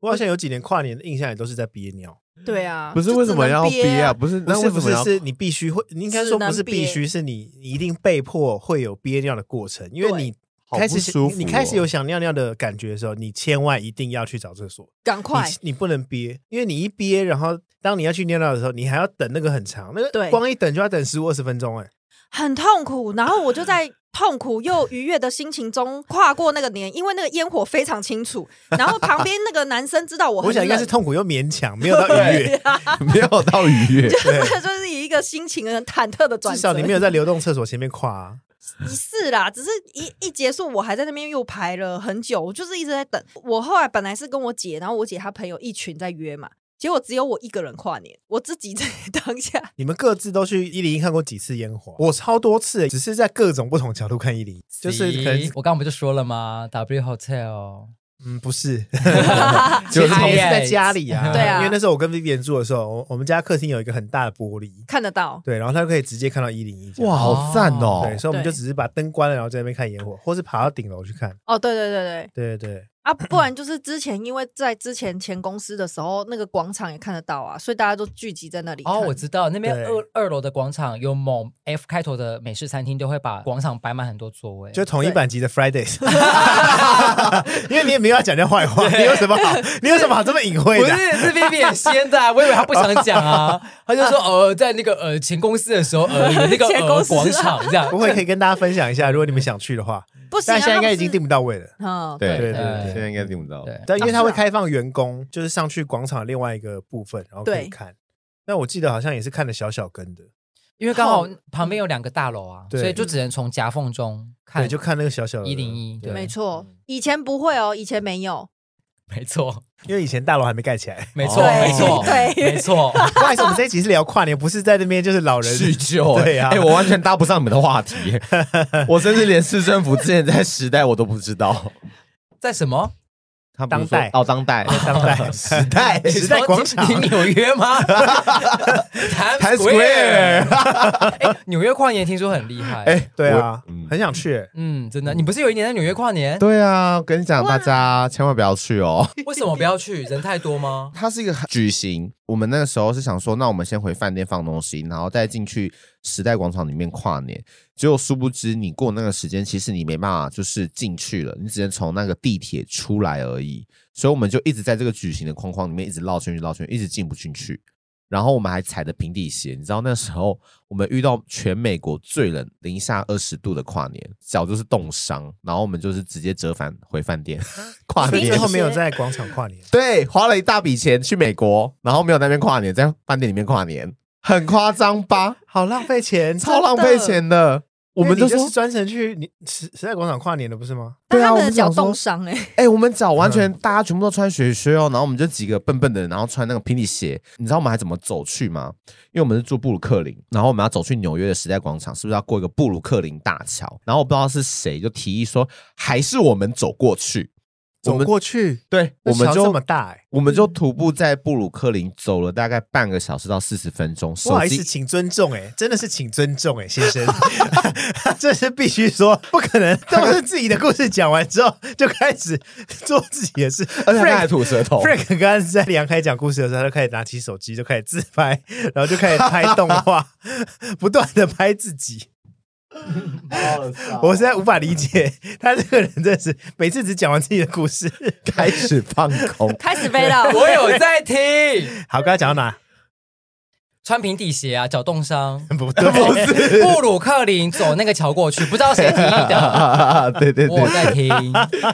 [SPEAKER 2] 我好像有几年跨年的印象也都是在憋尿，
[SPEAKER 3] 对啊，
[SPEAKER 1] 不是
[SPEAKER 3] 就
[SPEAKER 1] 为
[SPEAKER 3] 只
[SPEAKER 1] 什么
[SPEAKER 3] 能
[SPEAKER 1] 要
[SPEAKER 3] 憋
[SPEAKER 1] 憋啊？？不是，
[SPEAKER 2] 不
[SPEAKER 1] 那
[SPEAKER 2] 是
[SPEAKER 1] 为
[SPEAKER 2] 不
[SPEAKER 1] 什么
[SPEAKER 2] 是
[SPEAKER 1] 要？
[SPEAKER 2] 是你必须会，你应该说不是必
[SPEAKER 3] 只能
[SPEAKER 2] 须，是你你一定被迫会有憋尿的过程，因为
[SPEAKER 3] 对
[SPEAKER 2] 你
[SPEAKER 1] 好
[SPEAKER 2] 开始
[SPEAKER 1] 不舒服
[SPEAKER 2] 你
[SPEAKER 1] 哦
[SPEAKER 2] 开始有想尿尿的感觉的时候，你千万一定要去找厕所，
[SPEAKER 3] 赶快，
[SPEAKER 2] 你你不能憋，因为你一憋，然后当你要去尿尿的时候，你还要等那个很长，那个
[SPEAKER 3] 对
[SPEAKER 2] 光一等就要等十五二十分钟哎、
[SPEAKER 3] 很痛苦，然后我 就在痛苦又愉悦的心情中跨过那个年，因为那个烟火非常清楚，然后旁边那个男生知道我
[SPEAKER 2] 我
[SPEAKER 3] 很
[SPEAKER 2] 想应该
[SPEAKER 3] 冷
[SPEAKER 2] 是痛苦又勉强，没有到愉悦。
[SPEAKER 1] 没有到愉悦，
[SPEAKER 3] 对就是以一个心情很忐忑的转折，
[SPEAKER 2] 至少你没有在流动厕所前面跨、啊，
[SPEAKER 3] 是啦，只是一一结束，我还在那边又排了很久，我就是一直在等。我后来本来是跟我姐，然后我姐她朋友一群在约嘛，结果只有我一个人跨年，我自己在 当下
[SPEAKER 2] 你们各自都去一零一看过几次烟火？啊我超多次，欸只是在各种不同角度看一零一，就是可能
[SPEAKER 4] 我刚刚不就说了吗？W Hotel 哦
[SPEAKER 2] 嗯不是，
[SPEAKER 1] 就是
[SPEAKER 2] 其实也是在家里啊，
[SPEAKER 3] 对啊
[SPEAKER 2] 因为那时候我跟 Vivian 住的时候，我我们家客厅有一个很大的玻璃，
[SPEAKER 3] 看得到。
[SPEAKER 2] 对，然后它可以直接看到一零一，
[SPEAKER 1] 哇，好赞哦！
[SPEAKER 2] 对，所以我们就
[SPEAKER 3] 对
[SPEAKER 2] 只是把灯关了，然后在那边看烟火，或是爬到顶楼去看，
[SPEAKER 3] 哦，对对对对，
[SPEAKER 2] 对对对。
[SPEAKER 3] 啊，不然就是之前因为在之前前公司的时候，那个广场也看得到啊，所以大家都聚集在那里看。
[SPEAKER 4] 哦，我知道那边
[SPEAKER 2] 对
[SPEAKER 4] 二二楼的广场有某 F 开头的美式餐厅，都会把广场摆满很多座位。
[SPEAKER 2] 就同一版级的 Fridays，因为你也没有要讲人家坏话，你有什么好？你有什么好这么隐晦
[SPEAKER 4] 不
[SPEAKER 2] 的？啊
[SPEAKER 4] 是是 Vivian 先的啊、我以为他不想讲 啊，他就说呃，在那个呃前公司的时候，呃有那 个
[SPEAKER 3] 前
[SPEAKER 4] 呃
[SPEAKER 2] 啊
[SPEAKER 3] 公司
[SPEAKER 4] 广场这样，
[SPEAKER 2] 不会，可以跟大家分享一下，如果你们想去的话，
[SPEAKER 3] 不行、啊，
[SPEAKER 2] 但现在应该已经
[SPEAKER 3] 定
[SPEAKER 2] 订不到位了。
[SPEAKER 3] 嗯，
[SPEAKER 1] 对
[SPEAKER 2] 对对
[SPEAKER 4] 对
[SPEAKER 1] 现在应该听不到。
[SPEAKER 4] 对，
[SPEAKER 2] 对，因为
[SPEAKER 3] 啊
[SPEAKER 2] 它
[SPEAKER 3] 是
[SPEAKER 2] 会
[SPEAKER 3] 啊
[SPEAKER 2] 开放员工，就是上去广场另外一个部分，然后可以
[SPEAKER 3] 对
[SPEAKER 2] 看。但我记得好像也是看的小小根的，
[SPEAKER 4] 因为刚好
[SPEAKER 3] 后
[SPEAKER 4] 旁边有两个大楼啊，
[SPEAKER 2] 对
[SPEAKER 4] 所以就只能从夹缝中看，
[SPEAKER 2] 对，就看那个小小的
[SPEAKER 4] 101对
[SPEAKER 3] 没错。以前不会哦，以前没有。
[SPEAKER 4] 没错，
[SPEAKER 2] 因为以前大楼还没盖起来。
[SPEAKER 4] 没错，
[SPEAKER 1] 对
[SPEAKER 4] 没错，
[SPEAKER 3] 对
[SPEAKER 4] 没错，
[SPEAKER 2] 不好意思，我们这一集是聊跨年，不是在那边就是老人
[SPEAKER 1] 叙旧，
[SPEAKER 2] 对啊
[SPEAKER 1] 哎，我完全搭不上你们 的话题，我甚至连市政府之前在时代我都不知道。
[SPEAKER 4] 在什么
[SPEAKER 1] 他不是说
[SPEAKER 2] 当代
[SPEAKER 1] 哦，当代，
[SPEAKER 2] 当代
[SPEAKER 1] 时 代，
[SPEAKER 2] 哎时代广场
[SPEAKER 4] 你 纽 约吗？Times
[SPEAKER 1] Times Square
[SPEAKER 4] 哎，纽约跨年听说很厉害，哎，
[SPEAKER 1] 哎，
[SPEAKER 2] 对啊
[SPEAKER 1] 我嗯，
[SPEAKER 2] 很想去。
[SPEAKER 4] 嗯，真的，你不是有一年在纽约跨年？
[SPEAKER 1] 对啊，我跟你讲，大家千万不要去哦。
[SPEAKER 4] 为什么不要去？人太多吗？
[SPEAKER 1] 它是一个举行，我们那个时候是想说，那我们先回饭店放东西，然后再进去时代广场里面跨年。结果殊不知，你过那个时间，其实你没办法就是进去了，你只能从那个地铁出来而已。所以我们就一直在这个矩形的框框里面一直绕圈圈绕圈，一直进不进去。然后我们还踩的平底鞋，你知道那时候我们遇到全美国最冷零下二十度的跨年，脚就是冻伤，然后我们就是直接折返回饭店 跨
[SPEAKER 3] 平底
[SPEAKER 1] 年，
[SPEAKER 2] 啊最
[SPEAKER 3] 鞋。
[SPEAKER 2] 后没有在广场跨年
[SPEAKER 1] 对，花了一大笔钱去美国，然后没有在那边跨年，在饭店里面跨年，很夸张吧？
[SPEAKER 2] 好浪费钱，
[SPEAKER 1] 超浪费钱的。我们
[SPEAKER 2] 因为
[SPEAKER 1] 就
[SPEAKER 2] 你就
[SPEAKER 1] 说
[SPEAKER 2] 是，专程去你时时代广场跨年的不是吗？
[SPEAKER 3] 但
[SPEAKER 1] 对啊，
[SPEAKER 3] 他
[SPEAKER 1] 我
[SPEAKER 3] 们的
[SPEAKER 1] 们
[SPEAKER 3] 脚
[SPEAKER 1] 想
[SPEAKER 3] 冻
[SPEAKER 1] 说，
[SPEAKER 3] 伤哎、，
[SPEAKER 1] 哎、我们脚完
[SPEAKER 2] 嗯
[SPEAKER 1] 全大家全部都穿雪靴哦，然后我们就几个笨笨的人，然后穿那个平底鞋。你知道我们还怎么走去吗？因为我们是住布鲁克林，然后我们要走去纽约的时代广场，是不是要过一个布鲁克林大桥？然后我不知道是谁就提议说，还是我们走过去。我
[SPEAKER 2] 走
[SPEAKER 1] 们
[SPEAKER 2] 过去，
[SPEAKER 1] 对，
[SPEAKER 2] 那
[SPEAKER 1] 我们
[SPEAKER 2] 桥
[SPEAKER 1] 就
[SPEAKER 2] 这么大哎，
[SPEAKER 1] 我们就徒步在布鲁克林走了大概半个小时到四十分钟，
[SPEAKER 2] 不
[SPEAKER 1] 手
[SPEAKER 2] 好意思，
[SPEAKER 1] 机
[SPEAKER 2] 请尊重哎，真的是请尊重哎，先生， 这是必须说，不可能，他们是自己的故事讲完之后就开始做自己的事，
[SPEAKER 1] 而且他还
[SPEAKER 2] Frank-
[SPEAKER 1] 吐舌头。
[SPEAKER 2] Frank 刚刚在梁开讲故事的时候，他就开始拿起手机，就开始自拍，然后就开始拍动画， 不断的拍自己。我实在无法理解他这个人，真的是每次只讲完自己的故事。
[SPEAKER 1] 开始放空
[SPEAKER 3] 开始飞 了，
[SPEAKER 4] 我有在听，
[SPEAKER 2] 好，刚才讲到哪？
[SPEAKER 4] 穿平底鞋啊，脚冻伤。
[SPEAKER 2] 不对，
[SPEAKER 4] 布鲁克林走那个桥过去，不知道谁提 议的，
[SPEAKER 1] 对对
[SPEAKER 4] 我
[SPEAKER 1] 对，
[SPEAKER 4] 在听。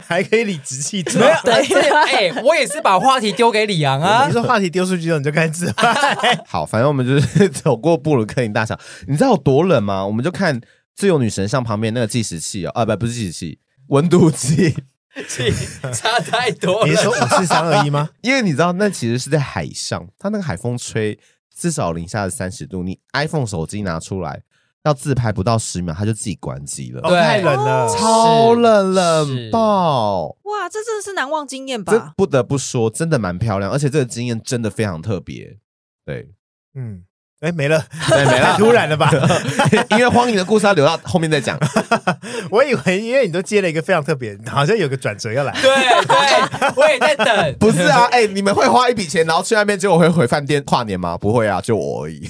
[SPEAKER 2] 还可以理直气壮。
[SPEAKER 4] 没有，对，哎、我也是把话题丢给李阳啊
[SPEAKER 2] 你。说话题丢出去之后，你就开始自拍。
[SPEAKER 1] 好，反正我们就是走过布鲁克林大桥，你知道有多冷吗？我们就看自由女神像旁边那个计时器哦，啊不不是计时器，温度计，
[SPEAKER 4] 气 差太多
[SPEAKER 2] 你是说
[SPEAKER 4] 了。
[SPEAKER 1] 啊
[SPEAKER 2] 五四三二一 吗？
[SPEAKER 1] 因为你知道那其实是在海上，它那个海风吹至少零下三十度，你 iPhone 手机拿出来要自拍不到十秒，它就自己关机了，
[SPEAKER 2] 哦，
[SPEAKER 4] 对
[SPEAKER 2] 太冷了。
[SPEAKER 1] 超冷
[SPEAKER 4] 是
[SPEAKER 1] 冷爆。
[SPEAKER 3] 哇，这真的是难忘经验
[SPEAKER 1] 这
[SPEAKER 3] 吧？
[SPEAKER 1] 不得不说，真的蛮漂亮，而且这个经验真的非常特 别。对，
[SPEAKER 2] 嗯，哎，没了，
[SPEAKER 1] 对，没
[SPEAKER 2] 太
[SPEAKER 1] 了。
[SPEAKER 2] 突然了 吧？
[SPEAKER 1] 因为荒淫的故事要留到后面 再讲。
[SPEAKER 2] 我以为因为你都接了一个非常特别，好像有个转折要 来。
[SPEAKER 4] 对对，我也在等。
[SPEAKER 1] 不是啊， 哎、你们会花一笔钱，然后去那边，结果会回饭店跨年吗？不会啊，就我 而已。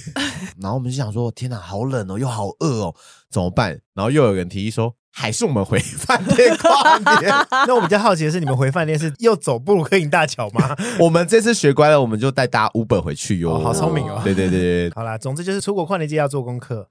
[SPEAKER 1] 然后我们就想说，天哪，好冷哦，又好饿哦，怎么办？然后又有人提议说，还是我们回饭店跨年。
[SPEAKER 2] 那我比较好奇的是，你们回饭店是又走布鲁克林大桥吗？
[SPEAKER 1] 我们这次学乖了，我们就带大家 Uber 回去哟、
[SPEAKER 2] 哦好聪明哦
[SPEAKER 1] 对对对对，
[SPEAKER 2] 好啦，总之就是出国跨年节要做功课。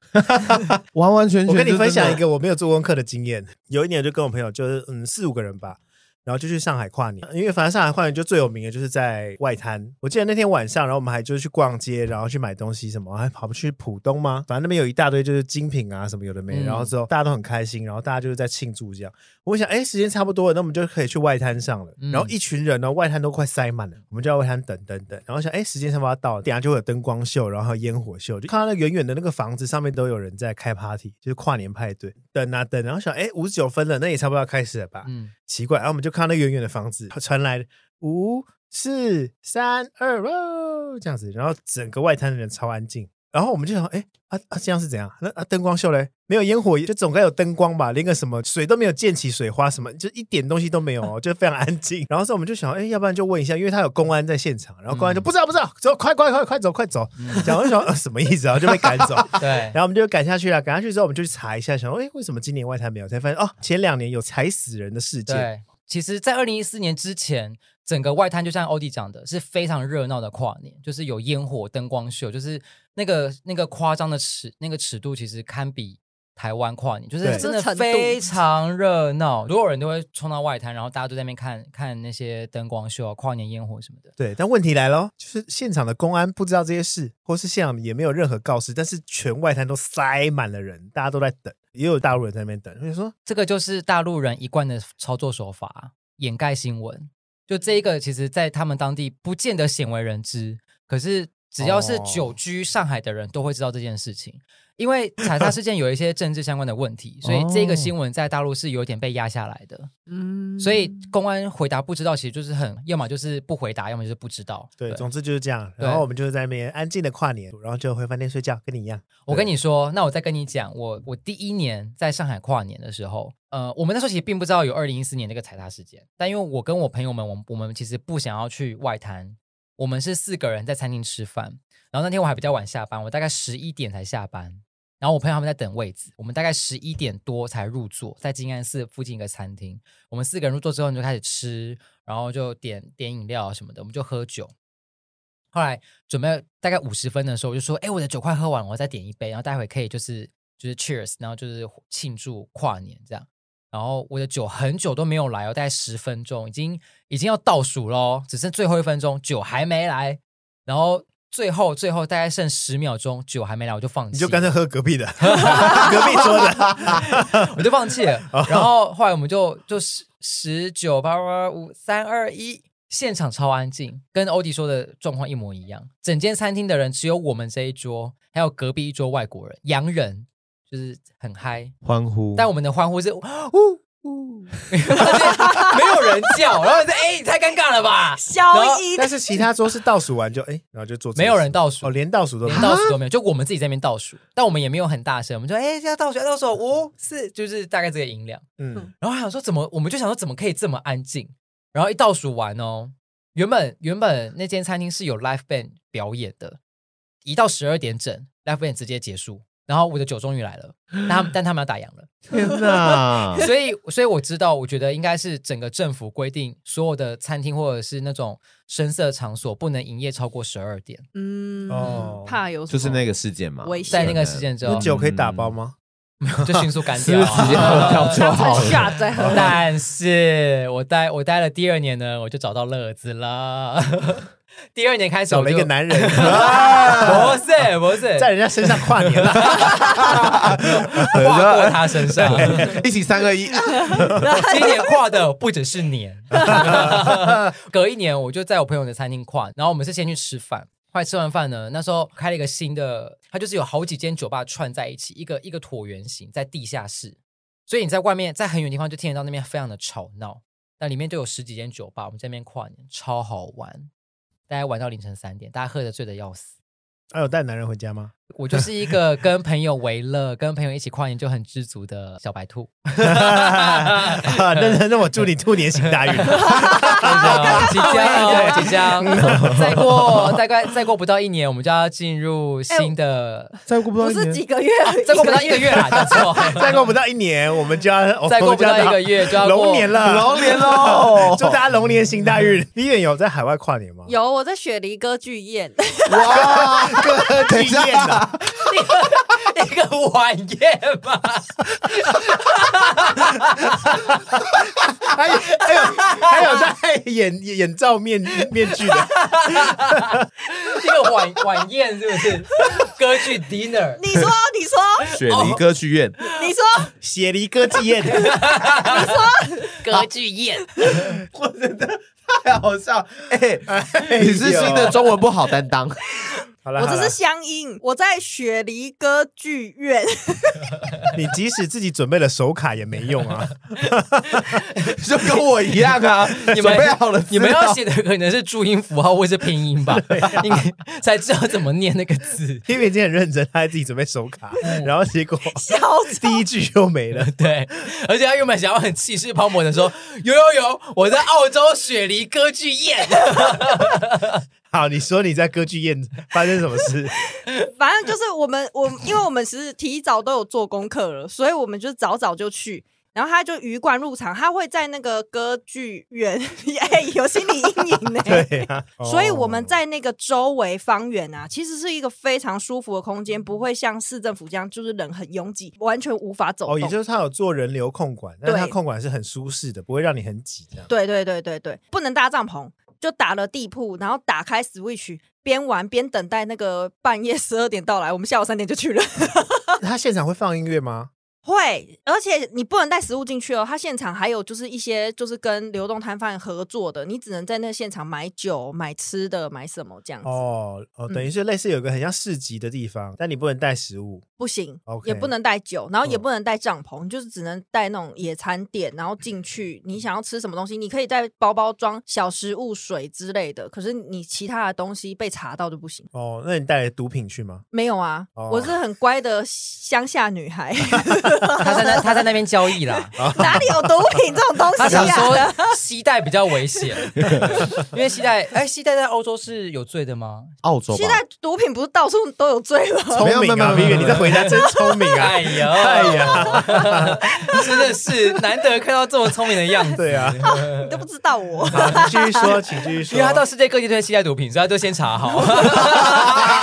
[SPEAKER 1] 完完全全。
[SPEAKER 2] 我跟你分享一，个我没有做功课的经验。有一年我就跟我朋友，就是嗯四五个人吧，然后就去上海跨年。因为反正上海跨年就最有名的就是在外滩。我记得那天晚上，然后我们还就是去逛街，然后去买东西什么，还哎跑去浦东吗？反正那边有一大堆就是精品啊什么有的没的。
[SPEAKER 4] 嗯
[SPEAKER 2] 然后之后大家都很开心，然后大家就是在庆祝这样。我想，哎，时间差不多了，那我们就可以去外滩上了。
[SPEAKER 4] 嗯
[SPEAKER 2] 然后一群人呢，外滩都快塞满了，我们就在外滩等等等。然后想，哎，时间差不多要到了，等一下就会有灯光秀，然后还有烟火秀，就看到那远远的那个房子上面都有人在开 party，就是跨年派对。等啊等，然后想，哎，五十九分了，那也差不多要开始了吧？
[SPEAKER 4] 嗯，
[SPEAKER 2] 奇怪，然后我们就看到那远远的房子传来五四三二哦这样子，然后整个外滩的人超安静。然后我们就想，哎啊啊，这样是怎样？那啊灯光秀嘞，没有烟火，就总该有灯光吧？连个什么水都没有溅起水花，什么就一点东西都没有哦，就非常安静。然后所以我们就想，哎，要不然就问一下，因为他有公安在现场，然后公安就
[SPEAKER 4] 嗯
[SPEAKER 2] 不知道不知道，走快快快快走快走，然后就想、呃、什么意思啊？就被赶走。
[SPEAKER 4] 对
[SPEAKER 2] 然，后我们就赶下去了，赶下去之后我们就去查一下，想说，哎，为什么今年外滩没有？才发现哦，前两年有踩死人的事件，
[SPEAKER 4] 对，其实，在二零一四年之前，整个外滩就像欧弟讲的，是非常热闹的跨年，就是有烟火、灯光秀，就是那个那个夸张的尺，那个尺度其实堪比。台湾跨年就是
[SPEAKER 2] 对
[SPEAKER 4] 真
[SPEAKER 3] 这
[SPEAKER 4] 的
[SPEAKER 3] 程度
[SPEAKER 4] 非常热闹，所有人都会冲到外滩，然后大家都在那边看看那些灯光秀、啊、跨年烟火什么的。
[SPEAKER 2] 对，但问题来了，就是现场的公安不知道这些事，或是现场也没有任何告示，但是全外滩都塞满了人，大家都在等，也有大陆人在那边等。我就说，
[SPEAKER 4] 这个就是大陆人一贯的操作手法，掩盖新闻。就这一
[SPEAKER 2] 嗯
[SPEAKER 4] 个，其实，在他们当地不见得鲜为人知，可是只要是
[SPEAKER 2] 哦
[SPEAKER 4] 久居上海的人，都会知道这件事情。因为踩踏事件有一些政治相关的问题，所以这个
[SPEAKER 2] 哦
[SPEAKER 4] 新闻在大陆是有点被压下来的。
[SPEAKER 3] 嗯，
[SPEAKER 4] 所以公安回答不知道，其实就是很，要么就是不回答，要么就是不知道。
[SPEAKER 2] 对，总之就是这样。
[SPEAKER 4] 对
[SPEAKER 2] 然后我们就在那边安静的跨年，然后就回饭店睡觉，跟你一样。
[SPEAKER 4] 我跟你说，那我再跟你讲，我我第一年在上海跨年的时候，呃，我们那时候其实并不知道有二零一四年那个踩踏事件，但因为我跟我朋友们，我们我们其实不想要去外滩，我们是四个人在餐厅吃饭，然后那天我还比较晚下班，我大概十一点才下班，然后我朋友他们在等位置，我们大概十一点多才入座，在静安寺附近一个餐厅，我们四个人入座之后，你就开始吃，然后就点点饮料什么的，我们就喝酒。后来准备大概五十分的时候，我就说：“哎、我的酒快喝完了，我再点一杯，然后待会可以就是就是 cheers，然后就是庆祝跨年这样。”然后我的酒很久都没有来哦，大概十分钟，已经已经要倒数喽，只剩最后一分钟，酒还没来。然后最后最后大概剩十秒钟，酒还没来，我就放弃了，
[SPEAKER 2] 你就干脆喝隔壁 的，隔壁桌的。
[SPEAKER 4] 我就放 弃了。
[SPEAKER 2] 哦
[SPEAKER 4] 然后后来我们就就十十九八八五三二一，现场超安静，跟欧迪说的状况一模一样。整间餐厅的人只有我们这一桌，还有隔壁一桌外国人、洋人，就是很嗨。
[SPEAKER 1] 欢呼，
[SPEAKER 4] 但我们的欢呼是呜呜， 没有人叫，然后是哎、太尴尬了 吧？
[SPEAKER 3] 消音
[SPEAKER 2] 但是其他桌是倒数完就哎，然后就做这个事
[SPEAKER 4] 没有人倒数
[SPEAKER 2] 哦，连倒数都没
[SPEAKER 4] 连
[SPEAKER 2] 有。
[SPEAKER 4] 倒数都没有，就我们自己在那边倒数，但我们也没有很大声，我们就哎、现在倒数，倒数五四，就是大概这个音量。
[SPEAKER 2] 嗯，
[SPEAKER 4] 然后还想说怎么，我们就想说怎么可以这么安静？然后一倒数完哦，原本原本那间餐厅是有 live band 表演的，一到十二点整，live band 直接结束。然后我的酒终于来了，但 他们但他们要打烊了，
[SPEAKER 1] 天 哪！
[SPEAKER 4] 所以所以我知道，我觉得应该是整个政府规定，所有的餐厅或者是那种声色场所不能营业超过十二点，
[SPEAKER 3] 嗯
[SPEAKER 2] 哦
[SPEAKER 3] 怕有什
[SPEAKER 1] 就是那
[SPEAKER 3] 个
[SPEAKER 1] 个事件嘛
[SPEAKER 3] 危，险
[SPEAKER 4] 在那个时间之后
[SPEAKER 2] 那酒可以打包吗？
[SPEAKER 4] 就迅速干
[SPEAKER 1] 啊是啊
[SPEAKER 4] 掉，啊
[SPEAKER 1] 直接喝掉就
[SPEAKER 3] 当
[SPEAKER 1] 好
[SPEAKER 3] 成
[SPEAKER 1] 了。
[SPEAKER 3] 下 再喝。
[SPEAKER 4] 但是我待我待了第二年呢，我就找到乐子了。 第二年开始
[SPEAKER 2] 找
[SPEAKER 4] 我
[SPEAKER 2] 了一
[SPEAKER 4] 就
[SPEAKER 2] 个， 男人
[SPEAKER 4] 不是不是，
[SPEAKER 2] 在人家身上跨年了，
[SPEAKER 4] 跨过他 身上。
[SPEAKER 1] 一起三二一，啊
[SPEAKER 4] 今年跨的不只是年， 隔一年我就在我朋友的餐厅跨，然后我们是先去吃饭。后来吃完饭呢，那时候开了一个新的，它就是有好几间酒吧串在一起，一个一个椭圆形，在地下室，所以你在外面在很远的地方就听得到那边非常的吵闹，但里面就有十几间酒吧，我们在那边跨年超好玩，大家玩到凌晨三点，大家喝的醉的要死。
[SPEAKER 2] 还哎有带男人回家吗？
[SPEAKER 4] 我就是一个跟朋友为乐、跟朋友一起跨年就很知足的小白兔。
[SPEAKER 2] 啊 那那那我祝你兔年行大运。
[SPEAKER 4] 啊即将，即 将，再 过大概再过不到一年，我们就要进入新的，
[SPEAKER 1] 再过不
[SPEAKER 3] 不
[SPEAKER 1] 到一
[SPEAKER 3] 是
[SPEAKER 1] 年，
[SPEAKER 3] 几个月而已，
[SPEAKER 4] 再过不到一个月啦，叫 做
[SPEAKER 2] 再过不到一年，我们就要
[SPEAKER 4] 再过不到一个月哦就要过
[SPEAKER 2] 龙年了，龙年 喽！祝大家龙年行大运。 你远有在海外跨年吗？
[SPEAKER 3] 有我在雪梨歌剧宴，
[SPEAKER 1] 哇，等 一
[SPEAKER 2] 体验啊
[SPEAKER 1] 下，
[SPEAKER 2] 呐，
[SPEAKER 4] 一个晚宴吧。
[SPEAKER 2] 还有还有还有戴眼眼罩面面具的，
[SPEAKER 4] 一个晚晚宴是不是？ 歌剧 dinner，
[SPEAKER 3] 你说，你说，
[SPEAKER 1] 雪梨歌剧院，
[SPEAKER 3] 你说，
[SPEAKER 2] 雪梨歌剧宴，
[SPEAKER 4] 歌剧宴，
[SPEAKER 1] 我真的太好笑。哎，你是新的中文不好担当，
[SPEAKER 2] 好了，
[SPEAKER 3] 我这
[SPEAKER 2] 好
[SPEAKER 3] 是
[SPEAKER 2] 了
[SPEAKER 3] 乡音，我在雪梨歌剧院，
[SPEAKER 2] 你即使自己准备了手卡也没用啊。
[SPEAKER 1] 就跟我一样 啊。
[SPEAKER 4] 你们
[SPEAKER 1] 准备好了资
[SPEAKER 4] 你
[SPEAKER 1] 料，
[SPEAKER 4] 们要写的可能是注音符号或是拼音 吧，应该才知道怎么念那个字。
[SPEAKER 2] 因为已经很认真，他还自己准备手卡，然后结果
[SPEAKER 3] 笑死。
[SPEAKER 2] 第一句就没了。
[SPEAKER 4] 对，而且他原本想要很气势磅礴的说：“ 有有有，我在澳洲雪梨歌剧 宴。”
[SPEAKER 2] 好，你说你在歌剧宴发生什么事？
[SPEAKER 3] 反正就是我们，我因为我们其实提早都有做功课了，所以我们就早早就去。然后他就鱼贯入场，他会在那个歌剧院， 哎、有心理阴影 呢、
[SPEAKER 2] 对哦啊，
[SPEAKER 3] 所以我们在那个周围方圆啊，其实是一个非常舒服的空间，不会像市政府这样就是人很拥挤，完全无法走
[SPEAKER 2] 哦，
[SPEAKER 3] 动。
[SPEAKER 2] 也就是他有做人流控管，但是他
[SPEAKER 3] 对
[SPEAKER 2] 控管是很舒适的，不会让你很挤这样。
[SPEAKER 3] 对对对对对，不能搭帐篷，就打了地铺，然后打开 Switch，边玩边等待那个半夜十二点到来，我们下午三点就去了。
[SPEAKER 2] 他现场会放音乐吗？
[SPEAKER 3] 会，而且你不能带食物进去哦。他现场还有就是一些就是跟流动摊贩合作的，你只能在那现场买酒、买吃的、买什么这样子，
[SPEAKER 2] 哦哦，
[SPEAKER 3] 嗯
[SPEAKER 2] 等于是类似有个很像市集的地方，但你不能带食物。
[SPEAKER 3] 不行
[SPEAKER 2] OK
[SPEAKER 3] 也不能带酒，然后也
[SPEAKER 2] 嗯
[SPEAKER 3] 不能带帐篷，就是只能带那种野餐垫，然后进去你想要吃什么东西，你可以带包包装小食物、水之类的，可是你其他的东西被查到就不行。
[SPEAKER 2] 哦，那你带毒品去吗？
[SPEAKER 3] 没有啊，
[SPEAKER 2] 哦
[SPEAKER 3] 我是很乖的乡下女孩，
[SPEAKER 4] 他在那他在那边交易 啦。
[SPEAKER 3] 哪里有毒品这种东
[SPEAKER 4] 他
[SPEAKER 3] 西
[SPEAKER 4] 想说
[SPEAKER 3] 啊？
[SPEAKER 4] 吸带比较危 险，因为吸带，哎，吸带在欧洲是有罪的吗？
[SPEAKER 1] 澳洲吧
[SPEAKER 3] 现，在毒品不是到处都有罪吗？
[SPEAKER 2] 聪
[SPEAKER 1] 没
[SPEAKER 2] 明
[SPEAKER 1] 有没
[SPEAKER 2] 啊
[SPEAKER 1] 有没有
[SPEAKER 2] ，Vivian，你这回答真聪明啊！
[SPEAKER 4] 哎呦，
[SPEAKER 2] 哎呀，
[SPEAKER 4] 真的是难得看到这么聪明的样子。
[SPEAKER 2] 对啊，
[SPEAKER 3] 你都不知道我。
[SPEAKER 2] 好，你继续说， 请继续
[SPEAKER 4] 因为他
[SPEAKER 2] 说。
[SPEAKER 4] 到世界各地都在吸带毒品，所以他都先查好。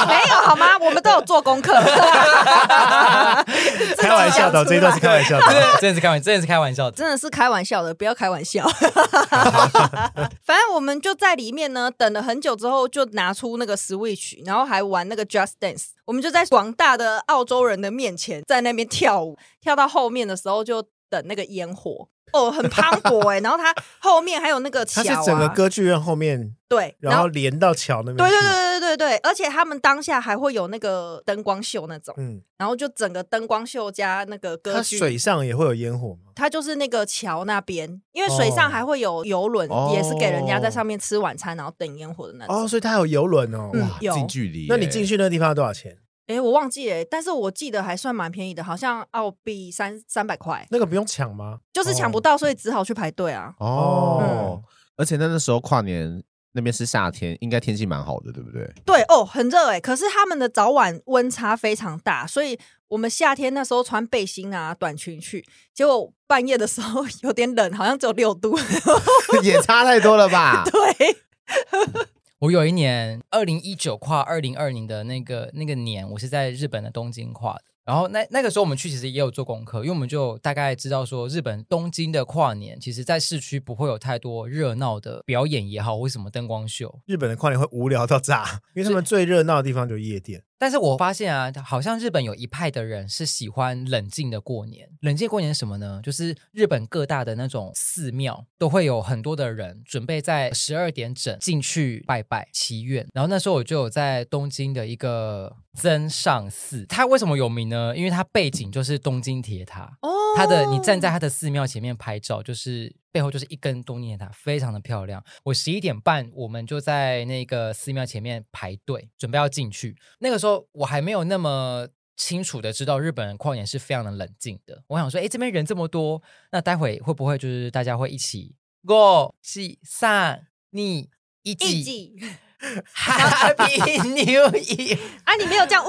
[SPEAKER 3] 没有好吗？我们都有做功课。
[SPEAKER 2] 开玩笑的，这一段是开玩笑的。
[SPEAKER 4] 真的是开玩，真的是开玩笑的。
[SPEAKER 3] 真的是开玩笑的，不要开玩笑。反正我们就在里面呢，等了很久之后，就拿出那个 Switch，然后还玩那个 Just Dance。我们就在广大的澳洲人的面前，在那边跳舞，跳到后面的时候就等那个烟火，哦，很磅礴哎、然后它后面还有那个桥、
[SPEAKER 2] 它
[SPEAKER 3] 啊，
[SPEAKER 2] 是整个歌剧院后面，
[SPEAKER 3] 对，
[SPEAKER 2] 然后连到桥那边。
[SPEAKER 3] 对对。对对对对，而且他们当下还会有那个灯光秀那种，
[SPEAKER 2] 嗯，
[SPEAKER 3] 然后就整个灯光秀加那个歌
[SPEAKER 2] 它
[SPEAKER 3] 剧。
[SPEAKER 2] 水上也会有烟火吗？
[SPEAKER 3] 它就是那个桥那边，因为水上还会有游轮，
[SPEAKER 1] 哦
[SPEAKER 3] 也是给人家在上面吃晚餐，然后等烟火的那种。
[SPEAKER 2] 哦，所以它有游轮哦。
[SPEAKER 3] 嗯
[SPEAKER 2] 哇，
[SPEAKER 3] 有
[SPEAKER 1] 近距离耶。哎
[SPEAKER 2] 那你进去那个地方要多少钱？
[SPEAKER 3] 哎、我忘记了，但是我记得还算蛮便宜的，好像澳币三三百块，
[SPEAKER 2] 那个不用抢吗？
[SPEAKER 3] 就是
[SPEAKER 2] 哦
[SPEAKER 3] 抢不到，所以只好去排队啊。
[SPEAKER 1] 哦，而且那那时候跨年那边是夏天，应该天气蛮好的，对不对？
[SPEAKER 3] 对哦，很热哎、可是他们的早晚温差非常大，所以我们夏天那时候穿背心啊、短裙去，结果半夜的时候 有点冷，好像只有六度。
[SPEAKER 1] 也差太多了 吧？
[SPEAKER 3] 对，
[SPEAKER 4] 我有一年，二零一九跨二零二零的那个那个年，我是在日本的东京跨的。然后那那个时候我们去其实也有做功课，因为我们就大概知道说日本东京的跨年，其实在市区不会有太多热闹的表演也好，或什么灯光秀。
[SPEAKER 2] 日本的跨年会无聊到炸， 因为他们最热闹的地方就是夜店。
[SPEAKER 4] 但是我发现啊，好像日本有一派的人是喜欢冷静的过年。冷静过年是什么呢？就是日本各大的那种寺庙都会有很多的人准备在十二点整进去拜拜祈愿。然后那时候我就有在东京的一个增上寺，它为什么有名呢？因为它背景就是东京铁塔。
[SPEAKER 3] 哦，
[SPEAKER 4] 它的你站在它的寺庙前面拍照，就是背后就是一根东京铁塔，非常的漂亮。我十一点半我们就在那个寺庙前面排队，准备要进去。那个时候我还没有那么。清楚的知道日本人跨年是非常的冷静的。我想说，哎，这边人这么多，那待会会不会就是大家会一起五、四、三、二、一，一
[SPEAKER 3] 一
[SPEAKER 4] 起
[SPEAKER 3] 季
[SPEAKER 4] Happy New Year？
[SPEAKER 3] 啊，你没有这样，呜、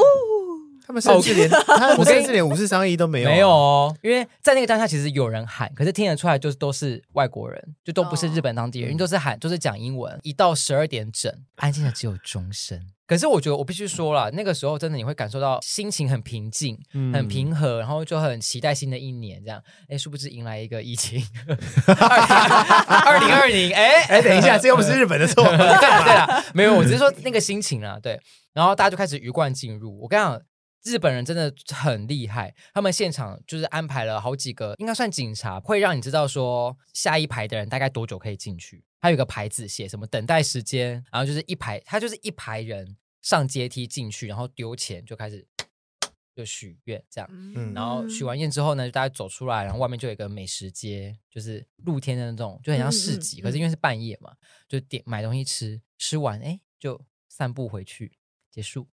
[SPEAKER 2] 他们甚至连，他
[SPEAKER 4] 哦我
[SPEAKER 2] 们
[SPEAKER 4] 跟
[SPEAKER 2] 甚至连五四三一都没有啊。
[SPEAKER 4] 没有哦，因为在那个当下，其实有人喊，可是听得出来就是都是外国人，就都不是日本当地
[SPEAKER 2] 嗯
[SPEAKER 4] 人，因为都是喊，都是讲英文。一到十二点整，安静的只有钟声。可是我觉得我必须说了，那个时候真的你会感受到心情很平静、
[SPEAKER 2] 嗯
[SPEAKER 4] 很平和，然后就很期待新的一年这样。哎，殊不知迎来一个疫情， 二零二零，哎
[SPEAKER 2] 哎，等一下，这又不是日本的错。
[SPEAKER 4] 对啦对啦，没有，我只是说那个心情啦，对。然后大家就开始鱼贯进入。我跟你讲，日本人真的很厉害，他们现场就是安排了好几个，应该算警察，会让你知道说下一排的人大概多久可以进去。还有一个牌子写什么等待时间，然后就是一排，他就是一排人上阶梯进去，然后丢钱就开始就许愿这样。
[SPEAKER 2] 嗯
[SPEAKER 4] 然后许完愿之后呢，就大家走出来，然后外面就有一个美食街，就是露天的那种，就很像市集，
[SPEAKER 3] 嗯嗯嗯
[SPEAKER 4] 可是因为是半夜嘛，就点买东西吃，吃完哎就散步回去，结束。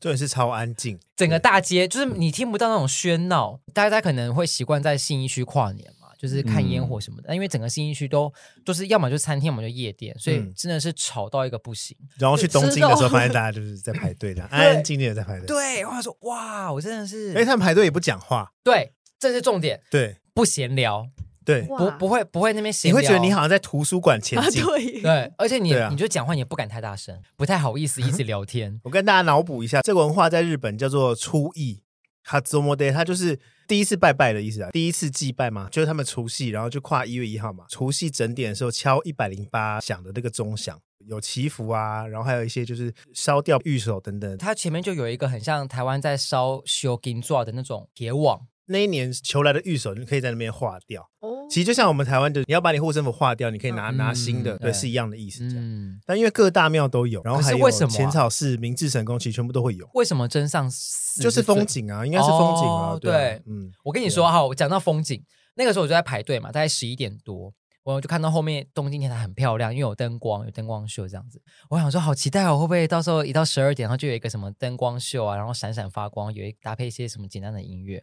[SPEAKER 2] 重点是超安静，
[SPEAKER 4] 整个大街就是你听不到那种喧闹，大家可能会习惯在信义区跨年嘛，就是看烟
[SPEAKER 2] 嗯
[SPEAKER 4] 火什么的。因为整个信义区都就是要么就餐厅，要么就夜店，所以
[SPEAKER 2] 嗯
[SPEAKER 4] 真的是吵到一个不行。
[SPEAKER 2] 然后去东京的时候，发现大家就是在排队的，安安静静的在排队。
[SPEAKER 4] 对，我想说哇，我真的是，
[SPEAKER 2] 哎，他们排队也不讲话，
[SPEAKER 4] 对，这是重点，
[SPEAKER 2] 对
[SPEAKER 4] 不闲聊，
[SPEAKER 2] 对，
[SPEAKER 4] 不不会不会那边闲
[SPEAKER 2] 你
[SPEAKER 4] 聊，
[SPEAKER 2] 会觉得你好像在图书馆前
[SPEAKER 3] 啊，
[SPEAKER 2] 进。
[SPEAKER 3] 对，
[SPEAKER 4] 对，而且你、
[SPEAKER 2] 对啊。
[SPEAKER 4] 你就讲话你也不敢太大声，不太好意思一直聊天
[SPEAKER 2] 我跟大家脑补一下，这个文化在日本叫做初诣 h a t s u m o d 它就是第一次拜拜的意思啊，第一次祭拜嘛，就是他们除夕，然后就跨一月一号嘛，除夕整点的时候敲一百零八响的那个钟响，有祈福啊，然后还有一些就是烧掉玉手等等。
[SPEAKER 4] 它前面就有一个很像台湾在烧修金做的那种铁网，
[SPEAKER 2] 那一年求来的玉手，你可以在那边化掉。
[SPEAKER 3] 哦
[SPEAKER 2] 其实就像我们台湾的，你要把你护身符化掉，你可以拿、
[SPEAKER 4] 嗯
[SPEAKER 2] 拿新的，
[SPEAKER 4] 嗯
[SPEAKER 2] 对，
[SPEAKER 4] 对
[SPEAKER 2] 是一样的意思。这样。
[SPEAKER 4] 嗯，
[SPEAKER 2] 但因为各大庙都有，然后还有
[SPEAKER 4] 可是为什么啊
[SPEAKER 2] 浅草寺、明治神宫，其实全部都会有，
[SPEAKER 4] 为什么真上寺
[SPEAKER 2] 就是
[SPEAKER 4] 最
[SPEAKER 2] 风？景啊，应该是风景啊，
[SPEAKER 4] 哦
[SPEAKER 2] 对啊
[SPEAKER 4] 对
[SPEAKER 2] 嗯，
[SPEAKER 4] 我跟你说哈，我讲到风景，那个时候我就在排队嘛，大概十一点多。我就看到后面东京铁塔很漂亮，因为有灯光，有灯光秀这样子。我想说，好期待哦，会不会到时候一到十二点，然后就有一个什么灯光秀啊，然后闪闪发光，有一搭配一些什么简单的音乐。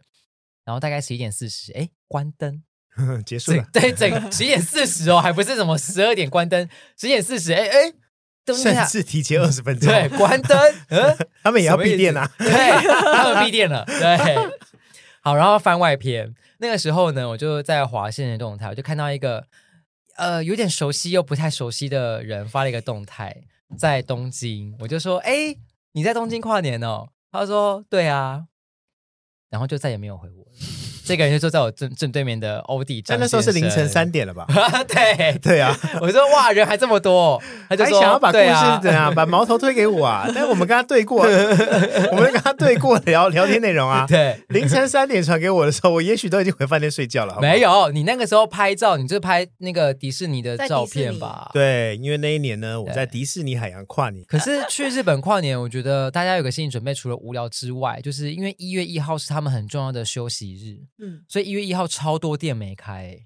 [SPEAKER 4] 然后大概十一点四十，哎，关灯。
[SPEAKER 2] 结束
[SPEAKER 4] 整
[SPEAKER 2] 了。
[SPEAKER 4] 对整十点四十哦，还不是什么十二点关灯，十点四十，哎哎，灯一
[SPEAKER 2] 甚
[SPEAKER 4] 下，
[SPEAKER 2] 至提前二十分钟，
[SPEAKER 4] 对，关灯，嗯，
[SPEAKER 2] 他们也要闭店啊！
[SPEAKER 4] 对，他们闭店了，对。好，然后番外篇，那个时候呢，我就在华线的动态，我就看到一个呃有点熟悉又不太熟悉的人发了一个动态，在东京，我就说，哎，你在东京跨年哦？他说，对啊，然后就再也没有回我了。这个人就坐在我正正对面的欧弟张
[SPEAKER 2] 但那
[SPEAKER 4] 先生，？
[SPEAKER 2] 时候是凌晨三点了吧
[SPEAKER 4] 对，
[SPEAKER 2] 对啊，
[SPEAKER 4] 我说哇，人还这么多，他就
[SPEAKER 2] 还
[SPEAKER 4] 说
[SPEAKER 2] 想要把故
[SPEAKER 4] 对
[SPEAKER 2] 事
[SPEAKER 4] 啊
[SPEAKER 2] 怎样、把矛头推给我 啊？但我们跟他对过，我们跟他对过聊聊天内容啊。
[SPEAKER 4] 对，
[SPEAKER 2] 凌晨三点传给我的时候，我也许都已经回饭店睡觉了。好不好
[SPEAKER 4] 没有你那个时候拍照，你就拍那个迪士尼的
[SPEAKER 3] 在迪士
[SPEAKER 4] 照
[SPEAKER 3] 尼
[SPEAKER 4] 片吧？。
[SPEAKER 2] 对，因为那一年呢，我在迪士尼海洋跨年，
[SPEAKER 4] 可是去日本跨年，我觉得大家有个心理准备，除了无聊之外，就是因为一月一号是他们很重要的休息日，
[SPEAKER 3] 嗯，
[SPEAKER 4] 所以一月一号超多店没开，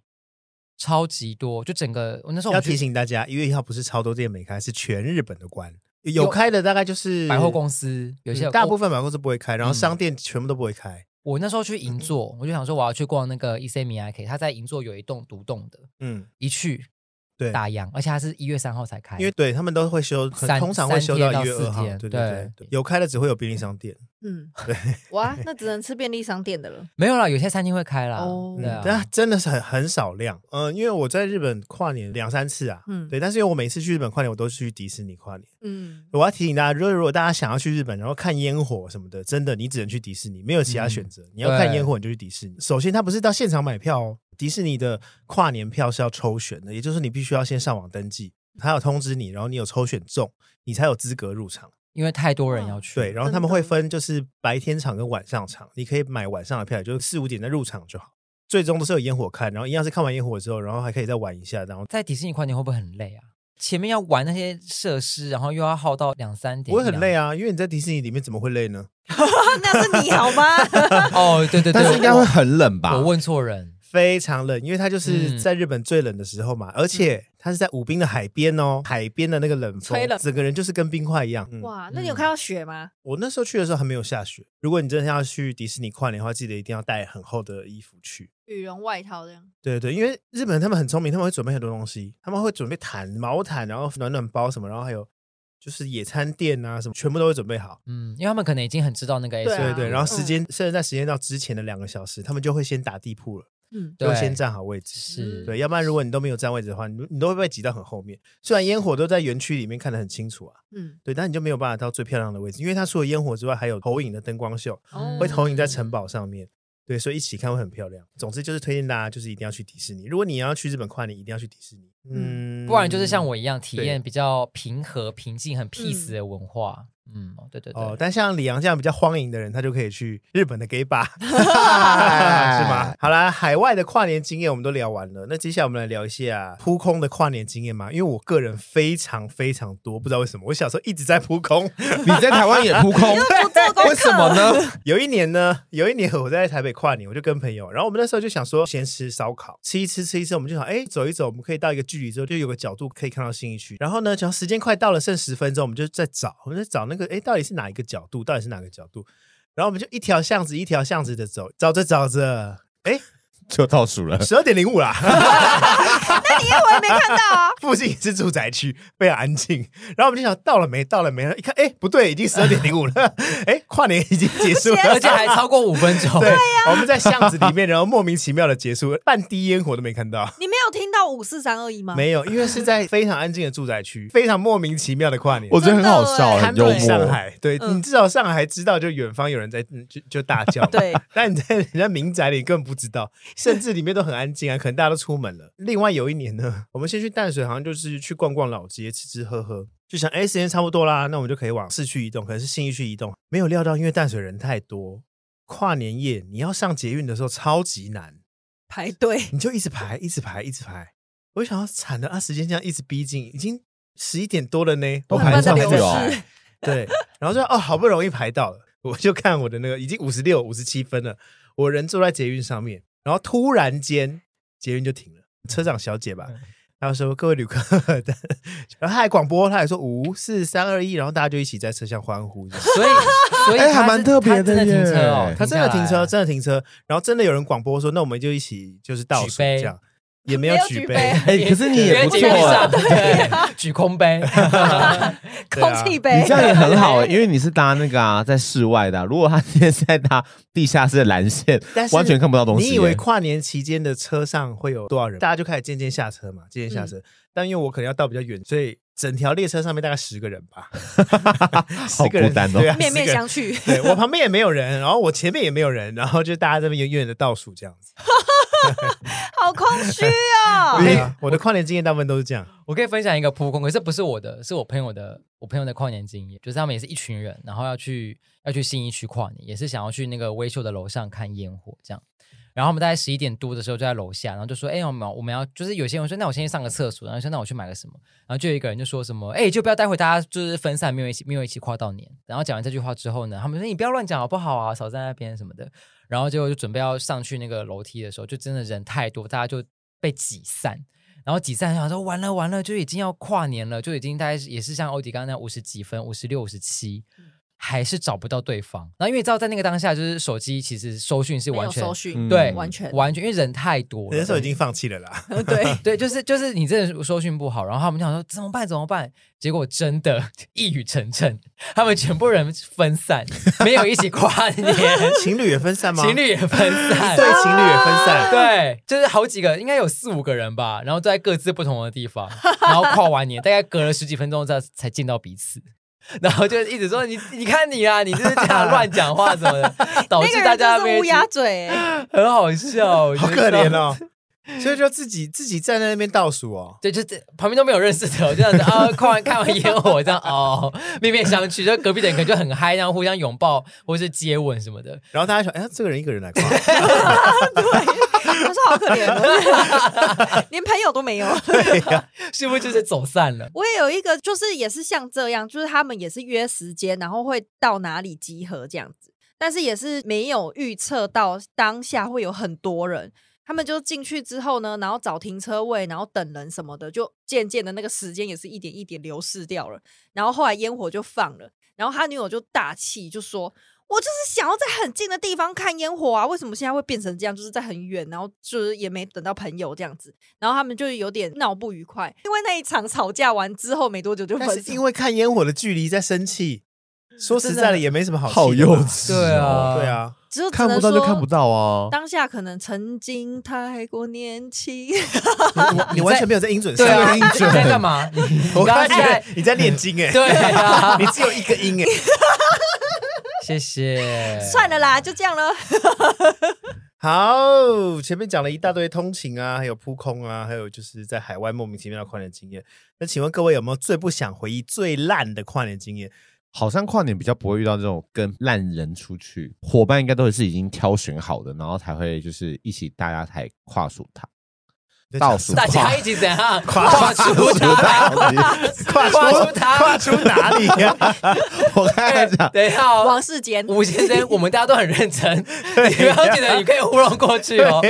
[SPEAKER 4] 超级多。就整个我那时候我
[SPEAKER 2] 要
[SPEAKER 4] 们去
[SPEAKER 2] 提醒大家，一月一号不是超多店没开，是全日本的关，有开的大概就是
[SPEAKER 4] 百货公司，有些
[SPEAKER 2] 嗯大部
[SPEAKER 4] 分
[SPEAKER 2] 分百货公司不会开，然后
[SPEAKER 4] 嗯
[SPEAKER 2] 商店全部都不会开。
[SPEAKER 4] 我那时候去银
[SPEAKER 2] 嗯
[SPEAKER 4] 座，我就想说我要去逛那个 E C M I K，他在银座有一栋独栋的，
[SPEAKER 2] 嗯，
[SPEAKER 4] 一去
[SPEAKER 2] 对，
[SPEAKER 4] 打烊，而且它是一月三号才开，
[SPEAKER 2] 因为对他们都会休，可
[SPEAKER 4] 三
[SPEAKER 2] 通常会休一月
[SPEAKER 4] 三天到四
[SPEAKER 2] 二号。
[SPEAKER 4] 天
[SPEAKER 2] 对
[SPEAKER 4] 对
[SPEAKER 2] 对对，有开的只会有便利商店，
[SPEAKER 3] 嗯，哇，那只能吃便利商店的了。
[SPEAKER 4] 没有啦，有些餐厅会开啦。
[SPEAKER 3] 哦
[SPEAKER 4] 对啊，
[SPEAKER 2] 但真的是很很少量。嗯，因为我在日本跨年两三次啊，
[SPEAKER 3] 嗯
[SPEAKER 2] 对，但是因为我每次去日本跨年，我都是去迪士尼跨年。
[SPEAKER 3] 嗯，
[SPEAKER 2] 我要提醒大家，如果如果大家想要去日本，然后看烟火什么的，真的你只能去迪士尼，没有其他选
[SPEAKER 4] 嗯
[SPEAKER 2] 择。你要看烟火，你就去迪士尼。首先，它不是到现场买票哦，迪士尼的跨年票是要抽选的，也就是你必须要先上网登记，它有通知你，然后你有抽选中，你才有资格入场。
[SPEAKER 4] 因为太多人要去。
[SPEAKER 2] 对，然后
[SPEAKER 3] 真
[SPEAKER 2] 他们
[SPEAKER 3] 的
[SPEAKER 2] 会分就是白天场跟晚上场，你可以买晚上的票，也就是四五点再入场就好。最终都是有烟火看，然后一样是看完烟火之后，然后还可以再玩一下，然后
[SPEAKER 4] 在迪士尼跨年会不会很累啊？前面要玩那些设施，然后又要耗到两三点，
[SPEAKER 2] 不会很累
[SPEAKER 4] 啊。
[SPEAKER 2] 啊，因为你在迪士尼里面怎么会累呢？
[SPEAKER 3] 那是你好吗？
[SPEAKER 4] 哦，对对对，
[SPEAKER 1] 但是应该会很冷吧？
[SPEAKER 4] 我问错人，
[SPEAKER 2] 非常冷，因为它就是
[SPEAKER 4] 嗯
[SPEAKER 2] 在日本最冷的时候嘛，
[SPEAKER 3] 嗯
[SPEAKER 2] 而且它是在武滨的海边哦，海边的那个冷风
[SPEAKER 3] 吹冷，
[SPEAKER 2] 整个人就是跟冰块一样。嗯、
[SPEAKER 3] 哇，那你有看到雪吗？
[SPEAKER 2] 我那时候去的时候还没有下雪。如果你真的要去迪士尼跨年的话，记得一定要带很厚的衣服去。
[SPEAKER 3] 羽绒外套这样。
[SPEAKER 2] 对对，因为日本人他们很聪明，他们会准备很多东西，他们会准备毯、毛毯，然后暖暖包什么，然后还有就是野餐垫啊什么，全部都会准备好。
[SPEAKER 4] 嗯，因为他们可能已经很知道那个 S，
[SPEAKER 3] 对啊
[SPEAKER 2] 对对，然后时
[SPEAKER 3] 嗯
[SPEAKER 2] 间、甚至在时间到之前的两个小时，他们就会先打地铺了，
[SPEAKER 3] 嗯，
[SPEAKER 2] 就
[SPEAKER 4] 对
[SPEAKER 2] 会先站好位置。
[SPEAKER 4] 是，
[SPEAKER 2] 对，要不然如果你都没有占位置的话，你你都会被挤到很后面。虽然烟火都在园区里面看得很清楚啊，
[SPEAKER 3] 嗯，
[SPEAKER 2] 对，但你就没有办法到最漂亮的位置，因为它除了烟火之外，还有投影的灯光秀，
[SPEAKER 3] 哦
[SPEAKER 2] 会投影在城堡上面。对，所以一起看会很漂亮。总之就是推荐大家，就是一定要去迪士尼。如果你要去日本跨年，一定要去迪士尼。嗯，
[SPEAKER 4] 不然就是像我一样体
[SPEAKER 2] 对
[SPEAKER 4] 验比较平和、平静、很 peace 的文化。嗯，哦对对对。
[SPEAKER 2] 哦，但像李阳这样比较荒淫的人，他就可以去日本的 gay bar，是
[SPEAKER 1] 哎
[SPEAKER 2] 吗？好啦，海外的跨年经验我们都聊完了，那接下来我们来聊一下扑空的跨年经验嘛。因为我个人非常非常多，不知道为什么，我小时候一直在扑空。
[SPEAKER 1] 你在台湾也扑空，
[SPEAKER 3] 不做功课
[SPEAKER 1] 为什么？呢？
[SPEAKER 2] 有一年呢，有一年我 在台北跨年，我就跟朋友，然后我们那时候就想说，先吃烧烤，吃一吃，吃一吃，我们就想，哎，走一走，我们可以到一个距离之后，就有个角度可以看到新一区。然后呢，只要时间快到了，剩十分钟，我们就在找，我们在找那个，哎，到底是哪一个角度？到底是哪个角度？然后我们就一条巷子一条巷子的走，找着找着，哎，
[SPEAKER 1] 就倒数了，
[SPEAKER 2] 十二点零五啦。
[SPEAKER 3] 哎你以为没看到啊？
[SPEAKER 2] 附近也是住宅区，非常安静。然后我们就想到了没，到了没，一看，哎、不对，已经十二点零五了， 哎、跨年已经结束了，
[SPEAKER 4] 而且还超过五分
[SPEAKER 3] 哦
[SPEAKER 4] 钟，
[SPEAKER 2] 对，我们在巷子里面，然后莫名其妙的结束，半滴烟火都没看到。
[SPEAKER 3] 你没有听到五四三二一吗？
[SPEAKER 2] 没有，因为是在非常安静的住宅区，非常莫名其妙的跨年。
[SPEAKER 1] 我觉得很好
[SPEAKER 3] 真的欸
[SPEAKER 1] 笑，很
[SPEAKER 2] 堪
[SPEAKER 1] 幽
[SPEAKER 2] 比
[SPEAKER 1] 默。
[SPEAKER 2] 上海，对、
[SPEAKER 3] 嗯
[SPEAKER 2] 你至少上海知道，就远方有人在嗯就就大叫，
[SPEAKER 3] 对。
[SPEAKER 2] 但你在人家民宅里根本不知道，甚至里面都很安静啊，可能大家都出门了。另外有一年呢，我们先去淡水，好像就是去逛逛老街，吃吃喝喝，就想哎时间差不多啦，那我们就可以往市区移动，可能是信义区移动。没有料到，因为淡水人太多，跨年夜你要上捷运的时候超级难，
[SPEAKER 3] 排队，
[SPEAKER 2] 你就一直排，一直排，一直排。我就想要惨了啊，时间这样一直逼近，已经十一点多了呢，
[SPEAKER 1] 都
[SPEAKER 2] 我
[SPEAKER 1] 排
[SPEAKER 2] 晚
[SPEAKER 1] 不
[SPEAKER 2] 上
[SPEAKER 1] 上
[SPEAKER 2] 还
[SPEAKER 1] 去
[SPEAKER 2] 在
[SPEAKER 1] 哦
[SPEAKER 2] 排。对，然后就哦，好不容易排到了，我就看我的那个已经五十六、五十七分了，我人坐在捷运上面，然后突然间捷运就停了，车长小姐吧
[SPEAKER 4] 嗯，
[SPEAKER 2] 然后说各位旅客， 然后他还广播，他还说五四三二一，然后大家就一起在车厢欢呼这样。
[SPEAKER 4] 所以所以
[SPEAKER 1] 哎还
[SPEAKER 4] 他
[SPEAKER 1] 蛮
[SPEAKER 4] 是
[SPEAKER 1] 特别
[SPEAKER 4] 他
[SPEAKER 1] 的
[SPEAKER 4] 真的停车哦
[SPEAKER 1] 耶，
[SPEAKER 2] 他真的停
[SPEAKER 4] 下来
[SPEAKER 2] 车，真的停车，然后真的有人广播说，那我们就一起就是倒
[SPEAKER 4] 举
[SPEAKER 2] 数
[SPEAKER 4] 杯
[SPEAKER 2] 这样，也 没有
[SPEAKER 3] 没有
[SPEAKER 2] 举
[SPEAKER 3] 举
[SPEAKER 2] 杯
[SPEAKER 3] 杯，
[SPEAKER 1] 哎、可是你也不错
[SPEAKER 4] 因为
[SPEAKER 1] 啊，
[SPEAKER 4] 地上对， 举空杯，
[SPEAKER 2] 对啊
[SPEAKER 3] 空气
[SPEAKER 1] 你
[SPEAKER 3] 杯
[SPEAKER 1] 这样也很好、欸，因为你是搭那个啊，在室外的啊、如果他今天是在搭地下室的蓝线
[SPEAKER 2] 但，是
[SPEAKER 1] 完全看不到东西、
[SPEAKER 2] 你以为
[SPEAKER 1] 欸
[SPEAKER 2] 跨年期间的车上会有多少人？大家就开始渐渐下车嘛，渐渐下车。但因为我可能要到比较远，所以整条列车上面大概十个人 吧，十
[SPEAKER 1] 好
[SPEAKER 2] 个人
[SPEAKER 1] 孤单哦
[SPEAKER 2] 对啊
[SPEAKER 3] 面面。
[SPEAKER 2] 十个人
[SPEAKER 3] 相 觑。
[SPEAKER 2] 对我旁边也没有人，然后我前面也没有人，然后就大家这边远远的倒数这样子。
[SPEAKER 3] 好空虚 哦！
[SPEAKER 2] 对啊，我的跨年经验大部分都是这样。
[SPEAKER 4] 我可以分享一个扑空，可是不是我的，是我朋友的，我朋友的跨年经验，就是他们也是一群人，然后要去要去新一区跨年，也是想要去那个微秀的楼上看烟火这样。然后我们大概十一点多的时候就在楼下，然后就说：“哎、我们我们要就是有些人说，那我先去上个厕所，然后说那我去买个什么，然后就有一个人就说什么：哎、就不要待会大家就是分散，没有一起没有一起跨到年。然后讲完这句话之后呢，他们说你不要乱讲好不好啊，少在那边什么的。然后结果就准备要上去那个楼梯的时候，就真的人太多，大家就被挤散。然后挤散，想说完了完了，就已经要跨年了，就已经大概是也是像欧迪刚刚那五十几分、五十六、五十七，还是找不到对方。然后因为你知道，在那个当下，就是手机其实收讯是
[SPEAKER 3] 没
[SPEAKER 4] 完
[SPEAKER 3] 有
[SPEAKER 4] 全
[SPEAKER 3] 搜
[SPEAKER 2] 嗯
[SPEAKER 3] 寻，
[SPEAKER 4] 对
[SPEAKER 3] 完全
[SPEAKER 4] 完全，因为人太多了，
[SPEAKER 2] 那时候已经放弃了啦。
[SPEAKER 3] 对。
[SPEAKER 4] 对，就是就是你真的收讯不好，然后他们就想说怎么办怎么办，结果真的 一语成谶，他们全部人 分散，没有一起跨年，
[SPEAKER 2] 情侣也分散 吗？哎
[SPEAKER 4] 情侣也分散，
[SPEAKER 2] 对情侣也分散。
[SPEAKER 4] 对，就是好几个，应该有四五个人吧，然后都在各自不同的地方， 然后跨完年，大概隔了十几分钟才才见到彼此。然后就一直说你，你看你啊，你就是这样乱讲话什 么的，导
[SPEAKER 3] 那
[SPEAKER 4] 致
[SPEAKER 3] 个
[SPEAKER 4] 大
[SPEAKER 3] 人
[SPEAKER 4] 家
[SPEAKER 3] 真
[SPEAKER 4] 没
[SPEAKER 3] 是
[SPEAKER 4] 有
[SPEAKER 3] 乌
[SPEAKER 4] 一
[SPEAKER 3] 鸦
[SPEAKER 4] 起
[SPEAKER 3] 嘴欸，
[SPEAKER 4] 很好笑，我
[SPEAKER 2] 好
[SPEAKER 4] 觉
[SPEAKER 2] 可
[SPEAKER 4] 得
[SPEAKER 2] 怜哦。所以就自己自己站在那边倒数哦。
[SPEAKER 4] 对，就是旁边都没有认识的，我就这样子啊， 看完看完烟火这样哦，面面相觑，就隔壁的人可能就很嗨，然后互相拥抱或是接吻什么的。
[SPEAKER 2] 然后大家想，哎呀，这个人一个人来 跨，
[SPEAKER 3] 他说好可怜哦，连朋友都没有。
[SPEAKER 4] 是不是就是走散了？
[SPEAKER 3] 我也有一个，就是也是像这样，就是他们也是约时间，然后会到哪里集合这样子，但是也是没有预测到当下会有很多人。他们就进去之后呢，然后找停车位，然后等人什么的，就渐渐的那个时间也是一点一点流逝掉了。然后后来烟火就放了，然后他女友就大气，就说：“我就是想要在很近的地方看烟火啊，为什么现在会变成这样？就是在很远，然后就是也没等到朋友这样子。”然后他们就有点闹不愉快，因为那一场吵架完之后没多久就
[SPEAKER 2] 但
[SPEAKER 3] 分
[SPEAKER 2] 是因
[SPEAKER 3] 手。
[SPEAKER 2] 为看烟火的距离在生气。说实在的，也没什么好
[SPEAKER 1] 好
[SPEAKER 2] 气的吧
[SPEAKER 1] 幼稚、哦
[SPEAKER 4] 对啊，
[SPEAKER 2] 对，啊，
[SPEAKER 3] 只有只
[SPEAKER 1] 看
[SPEAKER 3] 能
[SPEAKER 1] 不到就看
[SPEAKER 3] 说
[SPEAKER 1] 不到啊。
[SPEAKER 2] 哦
[SPEAKER 3] 当下可能曾经太过年轻，
[SPEAKER 2] 啊你你完全没有在音准上
[SPEAKER 4] 对啊，你
[SPEAKER 2] 面。
[SPEAKER 4] 在干嘛？你
[SPEAKER 2] 我
[SPEAKER 4] 你
[SPEAKER 2] 刚刚
[SPEAKER 4] 刚刚
[SPEAKER 2] 觉得
[SPEAKER 4] 在
[SPEAKER 2] 你在念经哎，
[SPEAKER 4] 对啊，
[SPEAKER 2] 你只有一个音哎，
[SPEAKER 4] 谢 谢。
[SPEAKER 3] 算了啦，就这样了。
[SPEAKER 2] 好，前面讲了一大堆通勤啊，还有扑空啊，还有就是在海外莫名其妙的跨年经验。那请问各位有没有最不想回忆、最烂的跨年经验？
[SPEAKER 1] 好像跨年比较不会遇到这种跟烂人出去，伙伴应该都是已经挑选好的，然后才会就是一起大家才跨数 它，倒数
[SPEAKER 4] 大
[SPEAKER 1] 跨
[SPEAKER 4] 家一起怎样？
[SPEAKER 2] 跨
[SPEAKER 4] 跨出它，
[SPEAKER 2] 跨
[SPEAKER 4] 跨
[SPEAKER 2] 出
[SPEAKER 4] 出它
[SPEAKER 2] 跨出哪里啊呀、
[SPEAKER 1] 我刚才讲，
[SPEAKER 4] 等一下哦，
[SPEAKER 3] 王世坚，
[SPEAKER 4] 吴先生，我们大家都很认真，你不要觉得你可以糊弄过去哦。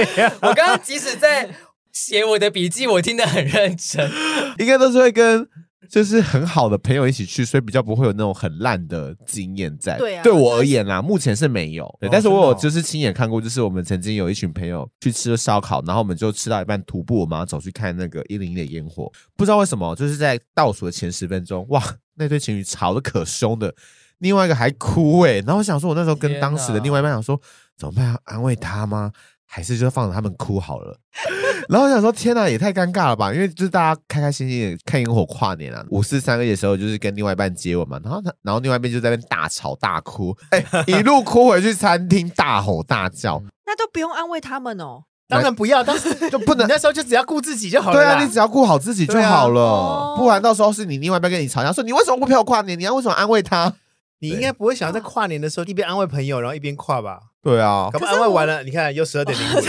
[SPEAKER 4] 我刚刚即使在写我的笔记，我听得很认真。
[SPEAKER 1] 应该都是会跟就是很好的朋友一起去，所以比较不会有那种很烂的经验在。
[SPEAKER 3] 对啊
[SPEAKER 1] 我而言啦，目前是没有。对，
[SPEAKER 2] 哦
[SPEAKER 1] 但是
[SPEAKER 2] 真的
[SPEAKER 1] 我有
[SPEAKER 2] 哦
[SPEAKER 1] 就是亲眼看过，就是我们曾经有一群朋友去吃烧烤，然后我们就吃到一半徒步，我们要走去看那个一零一的烟火，不知道为什么，就是在倒数的前十分钟，哇，那对情侣吵得可凶的。另外一个还哭哎、然后我想说，我那时候跟
[SPEAKER 4] 天
[SPEAKER 1] 当时的
[SPEAKER 4] 哪
[SPEAKER 1] 另外一半想说，怎么办、啊？安慰他吗？还是就放着他们哭好了？ 然后我想说，天哪，也太尴尬了吧！因为就是大家开开心心的看烟火跨年啊，五四三二一的时候，就是跟另外一半接吻嘛，然后他，然后另外一边就在那边大吵大 哭，哎、一路哭回去餐厅，大吼大叫。
[SPEAKER 3] 那都不用安慰他们哦。
[SPEAKER 2] 当然不要，当时就不
[SPEAKER 1] 能
[SPEAKER 2] 那时候就只要顾自己就 好了
[SPEAKER 1] 对
[SPEAKER 2] 啦。
[SPEAKER 1] 啊，你只要顾好自己就
[SPEAKER 2] 对啊
[SPEAKER 1] 好了，
[SPEAKER 3] 哦
[SPEAKER 1] 不然到时候是你另外一半跟你吵架，说你为什么不陪我跨年？你要为什么安慰他？
[SPEAKER 2] 你应该不会想要在跨年的时候一边安慰朋友，然后一边跨吧？
[SPEAKER 1] 对啊
[SPEAKER 2] 搞，不好安慰完了，你看哦又十二点零五，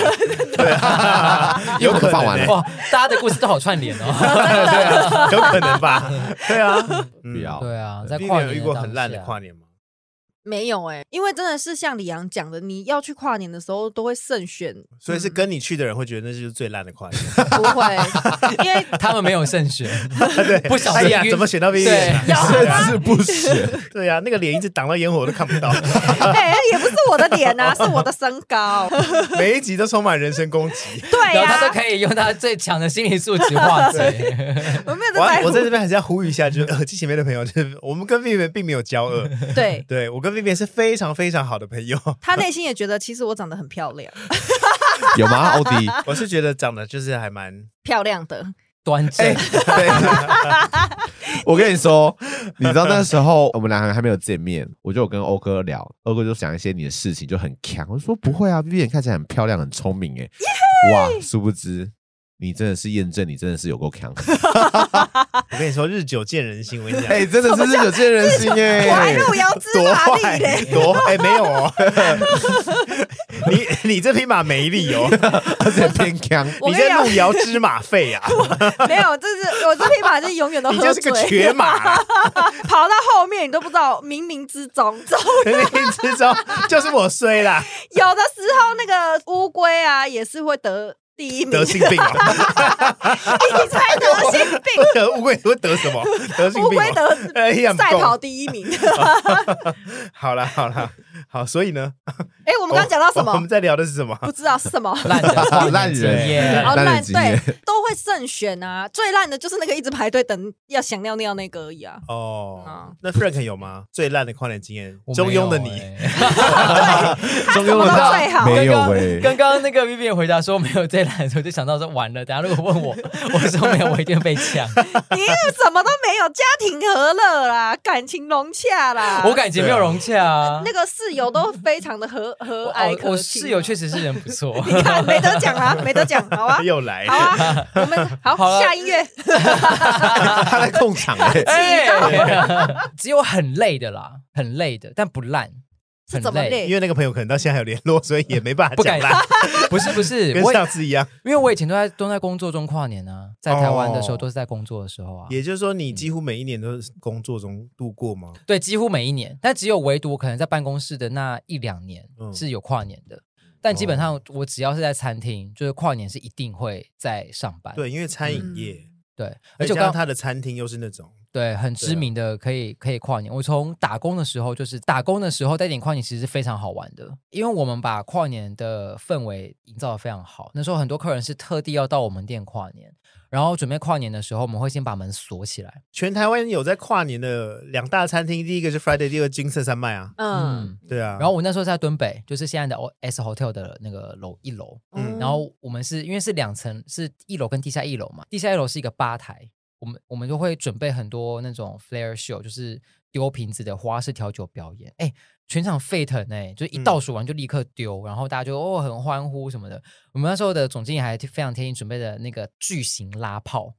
[SPEAKER 2] 对啊，有可能
[SPEAKER 1] 放完了
[SPEAKER 2] 欸
[SPEAKER 4] 哇，大家的故事都好串联 哦。
[SPEAKER 2] 对啊，有可能吧？对啊，不嗯
[SPEAKER 1] 不要
[SPEAKER 4] 对啊，在
[SPEAKER 2] 在
[SPEAKER 4] 跨
[SPEAKER 2] 跨年
[SPEAKER 4] 年
[SPEAKER 2] 呃遇
[SPEAKER 4] 的
[SPEAKER 2] 过
[SPEAKER 4] 当
[SPEAKER 2] 很烂的
[SPEAKER 4] 下
[SPEAKER 2] 跨年吗？
[SPEAKER 3] 没有哎、因为真的是像李阳讲的，你要去跨年的时候都会慎选，
[SPEAKER 2] 所以是跟你去的人会觉得那就是最烂的跨年。
[SPEAKER 3] 不会，因为
[SPEAKER 4] 他们没有慎选，
[SPEAKER 2] 对，
[SPEAKER 4] 不小
[SPEAKER 2] 哎
[SPEAKER 4] 心
[SPEAKER 2] 呀，
[SPEAKER 4] 晕
[SPEAKER 2] 怎么选到边
[SPEAKER 4] 对
[SPEAKER 2] 缘 啊？
[SPEAKER 1] 甚至不选。
[SPEAKER 2] 对啊呀、那个脸一直挡到烟火我都看不到，
[SPEAKER 3] 哎、也不是我的脸啊，是我的身高。
[SPEAKER 2] 每一集都充满人身攻击。
[SPEAKER 3] 对
[SPEAKER 4] 然后
[SPEAKER 3] 呀、
[SPEAKER 4] 他都可以用他最强的心理素质化 解。
[SPEAKER 3] 我没
[SPEAKER 2] 我
[SPEAKER 3] 有在在
[SPEAKER 2] 我在
[SPEAKER 3] 乎。
[SPEAKER 2] 这边还是要呼吁一下，就是呃耳机前面的朋友，就是我们跟 Vivian 并没有交恶，
[SPEAKER 3] 对
[SPEAKER 2] 对我跟 Vivian 是非常非常好的朋友。
[SPEAKER 3] 他内心也觉得，其实我长得很漂亮，
[SPEAKER 1] 有吗？奥迪，
[SPEAKER 2] 我是觉得长得就是还蛮
[SPEAKER 3] 漂亮的。
[SPEAKER 4] 端
[SPEAKER 2] 哎
[SPEAKER 4] 正，
[SPEAKER 2] 对，
[SPEAKER 1] 我跟你说，你知道那时候我们两个人还没有见面，我就有跟欧哥聊，欧哥就讲一些你的事情，就很强。我就说不会啊，Vivian 看起来很漂亮，很聪明哎。哇，殊不知你真的是验证，你真的是有够强。
[SPEAKER 2] 我跟你说，日久见人心，我跟你讲。
[SPEAKER 1] 哎，真的是日久见人心
[SPEAKER 3] 我还
[SPEAKER 1] 哎。
[SPEAKER 3] 路遥知
[SPEAKER 2] 多
[SPEAKER 3] 马
[SPEAKER 2] 坏
[SPEAKER 3] 力嘞！
[SPEAKER 2] 多哎、没有哦， 你你这匹马没力哦，
[SPEAKER 1] 而且 偏强，
[SPEAKER 3] 我
[SPEAKER 2] 你
[SPEAKER 3] 跟
[SPEAKER 2] 在
[SPEAKER 3] 你讲
[SPEAKER 2] 路遥知马费啊呀、
[SPEAKER 3] 没有，这是我这匹马是永远都
[SPEAKER 2] 你
[SPEAKER 3] 喝
[SPEAKER 2] 就是个
[SPEAKER 3] 醉，
[SPEAKER 2] 瘸马，啊
[SPEAKER 3] 跑到后面你都不知道，冥冥之中，中
[SPEAKER 2] 冥 冥之中就是我衰啦，
[SPEAKER 3] 有的时候那个乌龟啊也是会得第一名，
[SPEAKER 2] 得 性病哦了，
[SPEAKER 3] 你才得性病，
[SPEAKER 2] 得 乌龟会得什么？得性
[SPEAKER 3] 乌
[SPEAKER 2] 病
[SPEAKER 3] 龟
[SPEAKER 2] 哦。
[SPEAKER 3] 得
[SPEAKER 2] 哎呀，
[SPEAKER 3] 赛
[SPEAKER 2] 不够
[SPEAKER 3] 跑第一名。
[SPEAKER 2] 好啦好啦，好，所以呢， 哦
[SPEAKER 3] 哎，我们刚刚讲到什
[SPEAKER 2] 我我们
[SPEAKER 3] 么？
[SPEAKER 2] 在聊的是什么？
[SPEAKER 3] 不知道是 什么。
[SPEAKER 4] 烂人，
[SPEAKER 1] 烂人
[SPEAKER 4] 耶
[SPEAKER 2] 哦
[SPEAKER 3] 好
[SPEAKER 1] 哦烂人
[SPEAKER 3] 烂
[SPEAKER 1] 经验
[SPEAKER 3] 对，都会慎选啊。最烂的就是那个一直排队等要想尿尿那个而已啊。
[SPEAKER 2] 哦
[SPEAKER 3] 嗯，
[SPEAKER 2] 那 Frank 有吗？最烂的跨年经验
[SPEAKER 4] 我，没有
[SPEAKER 2] 中庸的
[SPEAKER 4] 欸
[SPEAKER 2] 你，
[SPEAKER 3] 什
[SPEAKER 1] 中庸
[SPEAKER 3] 么都
[SPEAKER 1] 的他
[SPEAKER 3] 最好，
[SPEAKER 1] 没有
[SPEAKER 4] 刚刚
[SPEAKER 1] 哎
[SPEAKER 4] 刚刚那个 B B 回答说没有这栏的时候，就想到说完了，等下如果问我，我说没有，我一定被 呛。
[SPEAKER 3] 你那个什么都没有，家庭和乐啦，感情融洽啦。
[SPEAKER 4] 我感情没有融洽啊。
[SPEAKER 3] 那个室友都非常的和和
[SPEAKER 4] 我
[SPEAKER 3] 蔼
[SPEAKER 4] 哦哎我
[SPEAKER 3] 可
[SPEAKER 4] 我
[SPEAKER 3] 亲啊
[SPEAKER 4] 室友确实是人不 错。
[SPEAKER 3] 你看没得讲啦，没得讲，好 啊，
[SPEAKER 2] 又来
[SPEAKER 3] 好，啊，我 们好
[SPEAKER 4] 好啊
[SPEAKER 3] 下音乐，
[SPEAKER 1] 他在控场 哎。
[SPEAKER 4] 哎， 只有很累的啦，很累的，但不烂。
[SPEAKER 3] 是
[SPEAKER 4] 很
[SPEAKER 3] 怎么
[SPEAKER 4] 累？
[SPEAKER 2] 因为那个朋友可能到现在还有联络，所以也没办法
[SPEAKER 4] 不敢
[SPEAKER 2] 讲烂，
[SPEAKER 4] 不是不是，
[SPEAKER 2] 跟
[SPEAKER 4] 我
[SPEAKER 2] 上次一样。
[SPEAKER 4] 因为我以前都在都在工作中跨年啊，在台湾的时候
[SPEAKER 2] 哦
[SPEAKER 4] 都是在工作的时候啊。
[SPEAKER 2] 也就是说，你几乎每一年都是工作中度过吗？
[SPEAKER 4] 对，几乎每一年，但只有唯独可能在办公室的那一两年
[SPEAKER 2] 嗯
[SPEAKER 4] 是有跨年的，但基本上我只要是在餐厅，就是跨年是一定会在上班。
[SPEAKER 2] 对，因为餐饮业，
[SPEAKER 4] 对，而
[SPEAKER 2] 而
[SPEAKER 4] 且
[SPEAKER 2] 且
[SPEAKER 4] 我刚
[SPEAKER 2] 刚他的餐厅又是那种，
[SPEAKER 4] 对很知名的可以可以跨年。我从打工的时候，就是打工的时候带点跨年，其实是非常好玩的，因为我们把跨年的氛围营造的非常好。那时候很多客人是特地要到我们店跨年，然后准备跨年的时候，我们会先把门锁起来。
[SPEAKER 2] 全台湾有在跨年的两大餐厅，第一个是 Friday，第二个金色山脉啊，
[SPEAKER 3] 嗯，
[SPEAKER 2] 对啊。
[SPEAKER 4] 然后我那时候在敦北，就是现在的 O S Hotel 的那个楼一楼，
[SPEAKER 2] 嗯
[SPEAKER 4] 然后我们是因为是两层，是一楼跟地下一楼嘛，地下一楼是一个吧台，我们我们就会准备很多那种 flare show，就是丢瓶子的花式调酒表演，哎，全场沸腾哎、就一
[SPEAKER 2] 嗯
[SPEAKER 4] 倒数完就立刻丢，然后大家就哦很欢呼什么的。我们那时候的总经理还非常贴心准备的那个巨型拉炮，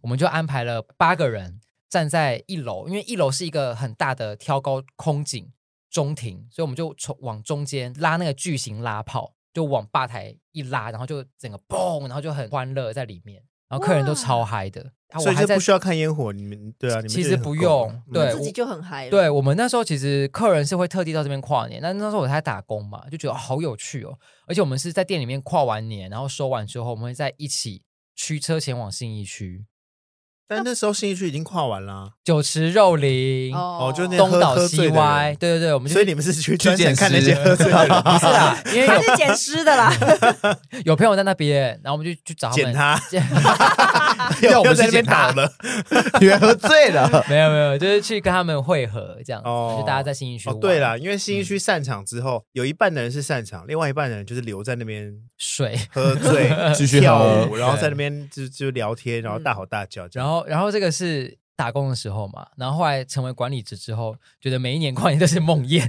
[SPEAKER 4] 我们就安排了八个人站在一楼，因为一楼是一个很大的挑高空景中庭，所以我们就从往中间拉那个巨型拉炮，就往吧台一拉，然后就整个嘣，然后就很欢乐在里面，然后客人都
[SPEAKER 3] 哇
[SPEAKER 4] 超嗨的。啊
[SPEAKER 2] 所
[SPEAKER 4] 我
[SPEAKER 2] 以
[SPEAKER 4] 还
[SPEAKER 2] 就
[SPEAKER 4] 在
[SPEAKER 2] 不需要看烟火，你们对啊，你们
[SPEAKER 4] 其
[SPEAKER 2] 这
[SPEAKER 4] 实
[SPEAKER 2] 很
[SPEAKER 4] 不
[SPEAKER 2] 够嗯
[SPEAKER 4] 用
[SPEAKER 2] 了
[SPEAKER 4] 对
[SPEAKER 3] 自己就很嗨了。
[SPEAKER 4] 对我们那时候其实客人是会特地到这边跨年，但那时候我在打工嘛，就觉得好有趣哦。而且我们是在店里面跨完年，然后收完之后，我们会在一起驱车前往信义区
[SPEAKER 2] 但那时候新义区已经跨完啊啦，
[SPEAKER 4] 酒池肉林、
[SPEAKER 2] 哦就那天
[SPEAKER 4] 东
[SPEAKER 2] 喝
[SPEAKER 4] 倒
[SPEAKER 2] 喝
[SPEAKER 4] 西
[SPEAKER 2] 醉的人
[SPEAKER 4] 歪。对对对，我们就
[SPEAKER 2] 所以你们是去专
[SPEAKER 1] 捡
[SPEAKER 2] 程看那
[SPEAKER 1] 尸
[SPEAKER 2] 些喝 醉的人，
[SPEAKER 4] 不是啊，因为
[SPEAKER 3] 他
[SPEAKER 4] 有
[SPEAKER 3] 是捡尸的 啦，
[SPEAKER 4] 有朋友在那边，然后我们就去找他
[SPEAKER 2] 捡
[SPEAKER 4] 们。
[SPEAKER 2] 他，
[SPEAKER 4] 要
[SPEAKER 2] 又
[SPEAKER 4] 我们
[SPEAKER 2] 在那
[SPEAKER 4] 去
[SPEAKER 2] 边
[SPEAKER 4] 捡他
[SPEAKER 2] 倒了。
[SPEAKER 1] 你们喝醉了。、
[SPEAKER 4] 没有没有，就是去跟他们会合这样子，
[SPEAKER 2] 哦
[SPEAKER 4] 就大家在信义区
[SPEAKER 2] 哦
[SPEAKER 4] 玩。，嗯
[SPEAKER 2] 对啦，因为新义区散场之后，有一半的人是散场，另外一半的人就是留在那边
[SPEAKER 4] 水。
[SPEAKER 2] 喝 醉
[SPEAKER 1] 继续
[SPEAKER 2] 跳
[SPEAKER 1] 喝
[SPEAKER 2] 舞，然后在那边就就聊天，然后大吼大叫这样，
[SPEAKER 4] 然后，然后这个是打工的时候嘛，然后后来成为管理职之后，觉得每一年跨年都是梦 魇，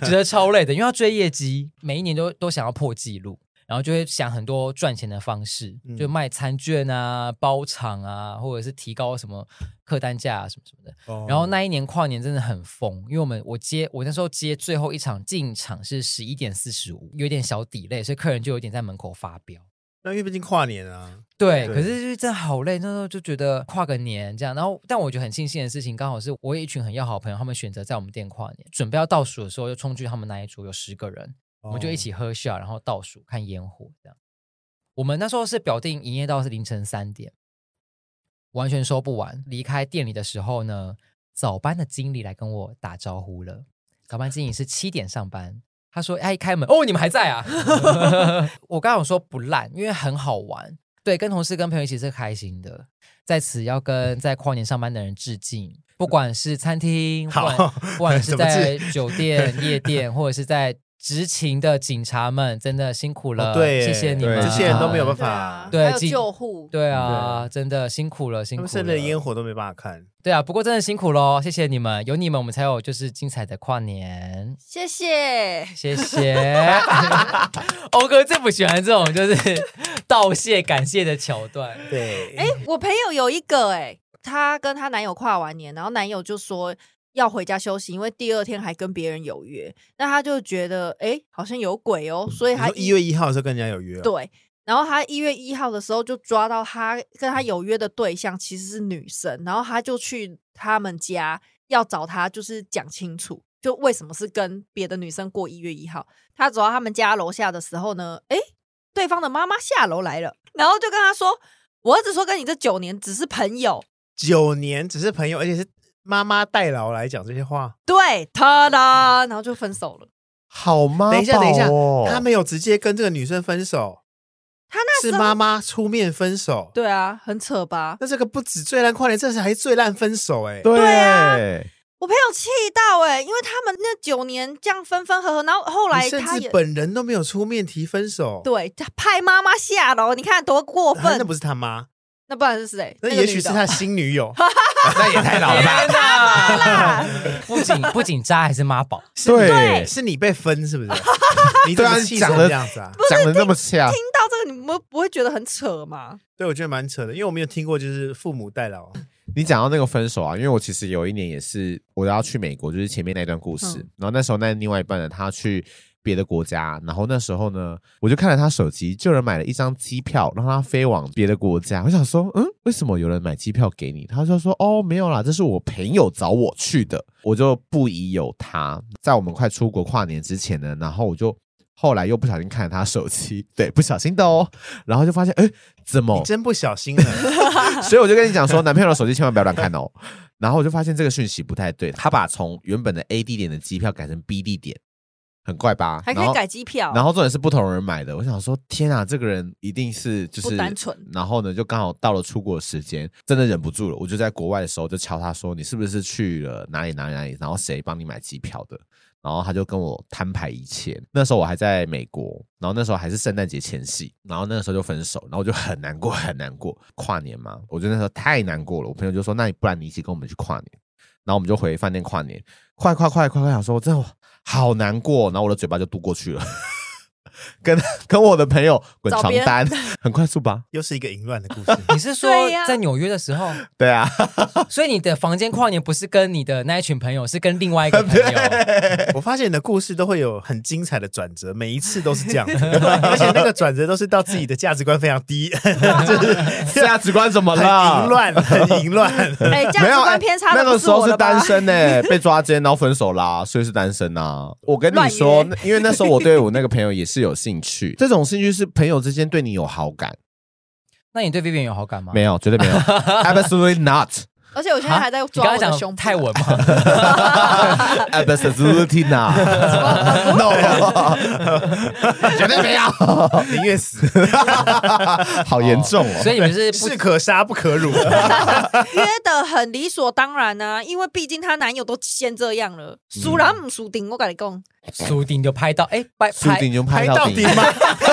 [SPEAKER 4] 觉得超累的，因为要追业绩，每一年都都想要破纪录，然后就会想很多赚钱的方式，
[SPEAKER 2] 嗯
[SPEAKER 4] 就卖餐券啊、包场啊，或者是提高什么客单价啊什么什么的。
[SPEAKER 3] 嗯
[SPEAKER 2] 哦
[SPEAKER 4] 然后那一年跨年真的很疯，因为我们我接我那时候接最后一场进场是十一点四十五，有点小底累，所以客人就有点在门口发飙。
[SPEAKER 2] 那因为毕竟跨年啊，
[SPEAKER 4] 对，
[SPEAKER 2] 对
[SPEAKER 4] 可是就是真的好累，那时候就觉得跨个年这样，然后但我觉得很庆幸的事情，刚好是我有一群很要好的朋友，他们选择在我们店跨年，准备要倒数的时候，就冲去他们那一桌，有十个人，我们就一起
[SPEAKER 2] 哦
[SPEAKER 4] 喝下，然后倒数看烟火这样。我们那时候是表定营业到是凌晨三点，完全收不完。离开店里的时候呢，早班的经理来跟我打招呼了。早班经理是七点上班，他说：“哎，一开门哦，你们还在啊？” 我刚刚有说不烂，因为很好玩，对，跟同事跟朋友一起是开心的。在此要跟在跨年上班的人致敬，不管是餐厅，不管
[SPEAKER 2] 好
[SPEAKER 4] 不 管是
[SPEAKER 2] 怎么
[SPEAKER 4] 在
[SPEAKER 2] 致
[SPEAKER 4] 酒店、夜店，或者是在执勤的警察们，真的辛苦了，
[SPEAKER 2] 哦对耶
[SPEAKER 4] 谢谢你
[SPEAKER 1] 对
[SPEAKER 4] 们，
[SPEAKER 2] 这些人 都没有办
[SPEAKER 3] 对啊
[SPEAKER 2] 法，
[SPEAKER 4] 对
[SPEAKER 3] 还有
[SPEAKER 4] 进
[SPEAKER 3] 救护，
[SPEAKER 4] 对啊，真的辛苦了，辛
[SPEAKER 2] 他
[SPEAKER 4] 苦
[SPEAKER 2] 们
[SPEAKER 4] 了。
[SPEAKER 2] 甚至连烟火都没办法看。
[SPEAKER 4] 对啊，不过真的辛苦喽，谢谢你们，有你们我们才有就是精彩的跨年，
[SPEAKER 3] 谢谢。
[SPEAKER 4] 谢谢。欧哥最不喜欢这种就是道谢感谢的桥段，
[SPEAKER 2] 对，
[SPEAKER 3] 哎、我朋友有一个哎、她跟她男友跨完年，然后男友就说要回家休息，因为第二天还跟别人有约，那她就觉得哎、好像有鬼哦，所以
[SPEAKER 2] 你
[SPEAKER 3] 她
[SPEAKER 2] 说一月一号的时候跟人家有约哦，
[SPEAKER 3] 对。然后她一月一号的时候就抓到她跟她有约的对象其实是女生，然后她就去他们家要找她，就是讲清楚，就为什么是跟别的女生过一月一号。她走到他们家楼下的时候呢，诶，对方的妈妈下楼来了，然后就跟她说：“我儿子说跟你这九年只是朋友。
[SPEAKER 2] 九年只是朋友，而且是妈妈代劳来讲这些话。”
[SPEAKER 3] 对，他啦，然后就分手了。
[SPEAKER 1] 好吗？
[SPEAKER 2] 等一下，等一下，他
[SPEAKER 1] 们
[SPEAKER 2] 没有直接跟这个女生分手，
[SPEAKER 3] 他哦那
[SPEAKER 2] 是
[SPEAKER 3] 时候
[SPEAKER 2] 妈妈出面分手。
[SPEAKER 3] 对啊，很扯吧？
[SPEAKER 2] 那这个不止最烂跨年，这是还是最烂分手哎、
[SPEAKER 1] 对
[SPEAKER 3] 对啊
[SPEAKER 1] 耶
[SPEAKER 3] 我朋友气到哎、因为他们那九年这样分分合合，然后后来
[SPEAKER 2] 你甚
[SPEAKER 3] 他也
[SPEAKER 2] 至本人都没有出面提分手。
[SPEAKER 3] 对，他派妈妈下楼，你看多过
[SPEAKER 2] 啊，
[SPEAKER 3] 分。
[SPEAKER 2] 那不是他妈，
[SPEAKER 3] 那不然是谁？
[SPEAKER 2] 那
[SPEAKER 3] 个
[SPEAKER 2] 也许
[SPEAKER 3] 女
[SPEAKER 2] 是
[SPEAKER 3] 的
[SPEAKER 2] 他新女友，
[SPEAKER 1] 那也太老了吧？
[SPEAKER 4] 哪！不仅不仅渣，还是妈宝，
[SPEAKER 1] 对，
[SPEAKER 2] 是你被分是不是？ 你怎
[SPEAKER 1] 对啊
[SPEAKER 2] 么
[SPEAKER 1] 你
[SPEAKER 2] 气成
[SPEAKER 1] 讲得
[SPEAKER 2] 这样子啊？
[SPEAKER 1] 讲的那么恰
[SPEAKER 3] 听，到这个，你们不会觉得很扯吗？
[SPEAKER 2] 对，我觉得蛮扯的，因为我没有听过就是父母代劳。
[SPEAKER 1] 你讲到那个分手啊，因为我其实有一年也是我要去美国，就是前面那段故事，
[SPEAKER 3] 嗯
[SPEAKER 1] 然后那时候那另外一半呢，他去别的国家，然后那时候呢，我就看了他手机，就有人买了一张机票让他飞往别的国家，我想说，嗯，为什么有人买机票给你？他就说，哦，没有啦，这是我朋友找我去的，我就不疑有他。在我们快出国跨年之前呢，然后我就。后来又不小心看了他手机，对，不小心的哦，然后就发现，哎，怎么
[SPEAKER 2] 你真不小心了，
[SPEAKER 1] 所以我就跟你讲说，男朋友的手机千万不要乱看哦。然后我就发现这个讯息不太对，他把从原本的 A 地点的机票改成 B 地点，很怪吧？
[SPEAKER 3] 还可
[SPEAKER 1] 然后
[SPEAKER 3] 以改机票，
[SPEAKER 1] 然后重点是不同人买的，我想说，天啊，这个人一定是就是
[SPEAKER 3] 不单纯
[SPEAKER 1] 然后呢，就刚好到了出国的时间，真的忍不住了，我就在国外的时候就敲他说，你是不是去了哪里哪里哪里？然后谁帮你买机票的？然后他就跟我摊牌一切。那时候我还在美国，然后那时候还是圣诞节前夕，然后那个时候就分手，然后我就很难过很难过。跨年嘛，我觉得那时候太难过了。我朋友就说，那你不然你一起跟我们去跨年。然后我们就回饭店跨年，快快快快快！想说真的好难过，然后我的嘴巴就嘟过去了， 跟跟我的朋友滚
[SPEAKER 3] 找
[SPEAKER 1] 床
[SPEAKER 3] 别人
[SPEAKER 1] 单， 很快速吧？
[SPEAKER 2] 又是一个淫乱的故 事。
[SPEAKER 4] 你是说
[SPEAKER 3] 对呀
[SPEAKER 4] 在纽约的时候，
[SPEAKER 1] 对啊，
[SPEAKER 4] 所以你的房间跨年不是跟你的那一群朋友，是跟另外一个朋友，
[SPEAKER 2] 我发现你的故事都会有很精彩的转折，每一次都是这 样，而且那个转折都是到自己的价值观非常低，就是
[SPEAKER 1] 价值观怎么
[SPEAKER 2] 很
[SPEAKER 1] 了？
[SPEAKER 2] 淫乱，很淫 乱。
[SPEAKER 3] 哎，价值
[SPEAKER 1] 没有哎
[SPEAKER 3] 观偏差
[SPEAKER 1] 那
[SPEAKER 3] 的
[SPEAKER 1] 个
[SPEAKER 3] 不
[SPEAKER 1] 时
[SPEAKER 3] 我
[SPEAKER 1] 候是
[SPEAKER 3] 的吧
[SPEAKER 1] 单，身呢、 被抓奸然后分手啦，所以是单身啊。我跟你说
[SPEAKER 3] 乱，
[SPEAKER 1] 因为那时候我对我那个朋友也是有兴趣，这种兴趣是朋友之间对你有好感，
[SPEAKER 4] 那你对 Vivian 有好感吗？
[SPEAKER 1] 没有，绝对没有，absolutely not，absolutely
[SPEAKER 3] 而且我现在还在
[SPEAKER 4] 啊你
[SPEAKER 3] 抓
[SPEAKER 4] 刚
[SPEAKER 3] 我
[SPEAKER 4] 刚
[SPEAKER 3] 的胸
[SPEAKER 4] 讲
[SPEAKER 3] 部
[SPEAKER 4] 泰文吗？
[SPEAKER 3] 哦
[SPEAKER 1] not，no，绝对没有，
[SPEAKER 2] 宁愿死，
[SPEAKER 1] 好严重哦。
[SPEAKER 4] 所以你们是不
[SPEAKER 2] 士可杀不 可辱。
[SPEAKER 3] 约的很理所当然啊，因为毕竟她男友都先这样了，输
[SPEAKER 1] 嗯
[SPEAKER 3] 人不输顶，我跟你 讲，
[SPEAKER 4] 苏丁就拍到，哎，拍
[SPEAKER 1] 注定
[SPEAKER 2] 拍
[SPEAKER 4] 拍
[SPEAKER 1] 就拍
[SPEAKER 2] 到
[SPEAKER 1] 到
[SPEAKER 2] 底
[SPEAKER 1] 底。
[SPEAKER 2] 吗？ 是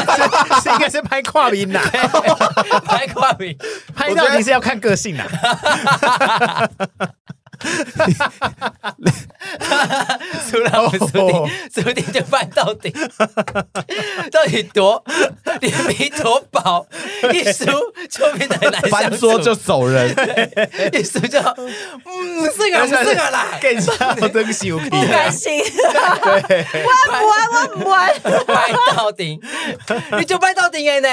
[SPEAKER 2] 是应该是拍跨屏呐，
[SPEAKER 4] 拍跨屏，
[SPEAKER 2] 拍到底是要看个性啊 呐。
[SPEAKER 4] 输了，我们输
[SPEAKER 2] 哦
[SPEAKER 4] 定输定就办到 底，到底多脸皮多薄，一输就变得很难相
[SPEAKER 1] 翻
[SPEAKER 4] 处
[SPEAKER 1] 桌 就走人，
[SPEAKER 4] 一输就嗯，这
[SPEAKER 2] 啊
[SPEAKER 4] 个不是个来，
[SPEAKER 2] 更 像登西游记
[SPEAKER 1] 啊
[SPEAKER 3] 不甘 心，
[SPEAKER 2] 对，
[SPEAKER 3] 玩玩玩，
[SPEAKER 4] 掰到顶，你就掰到顶了呢。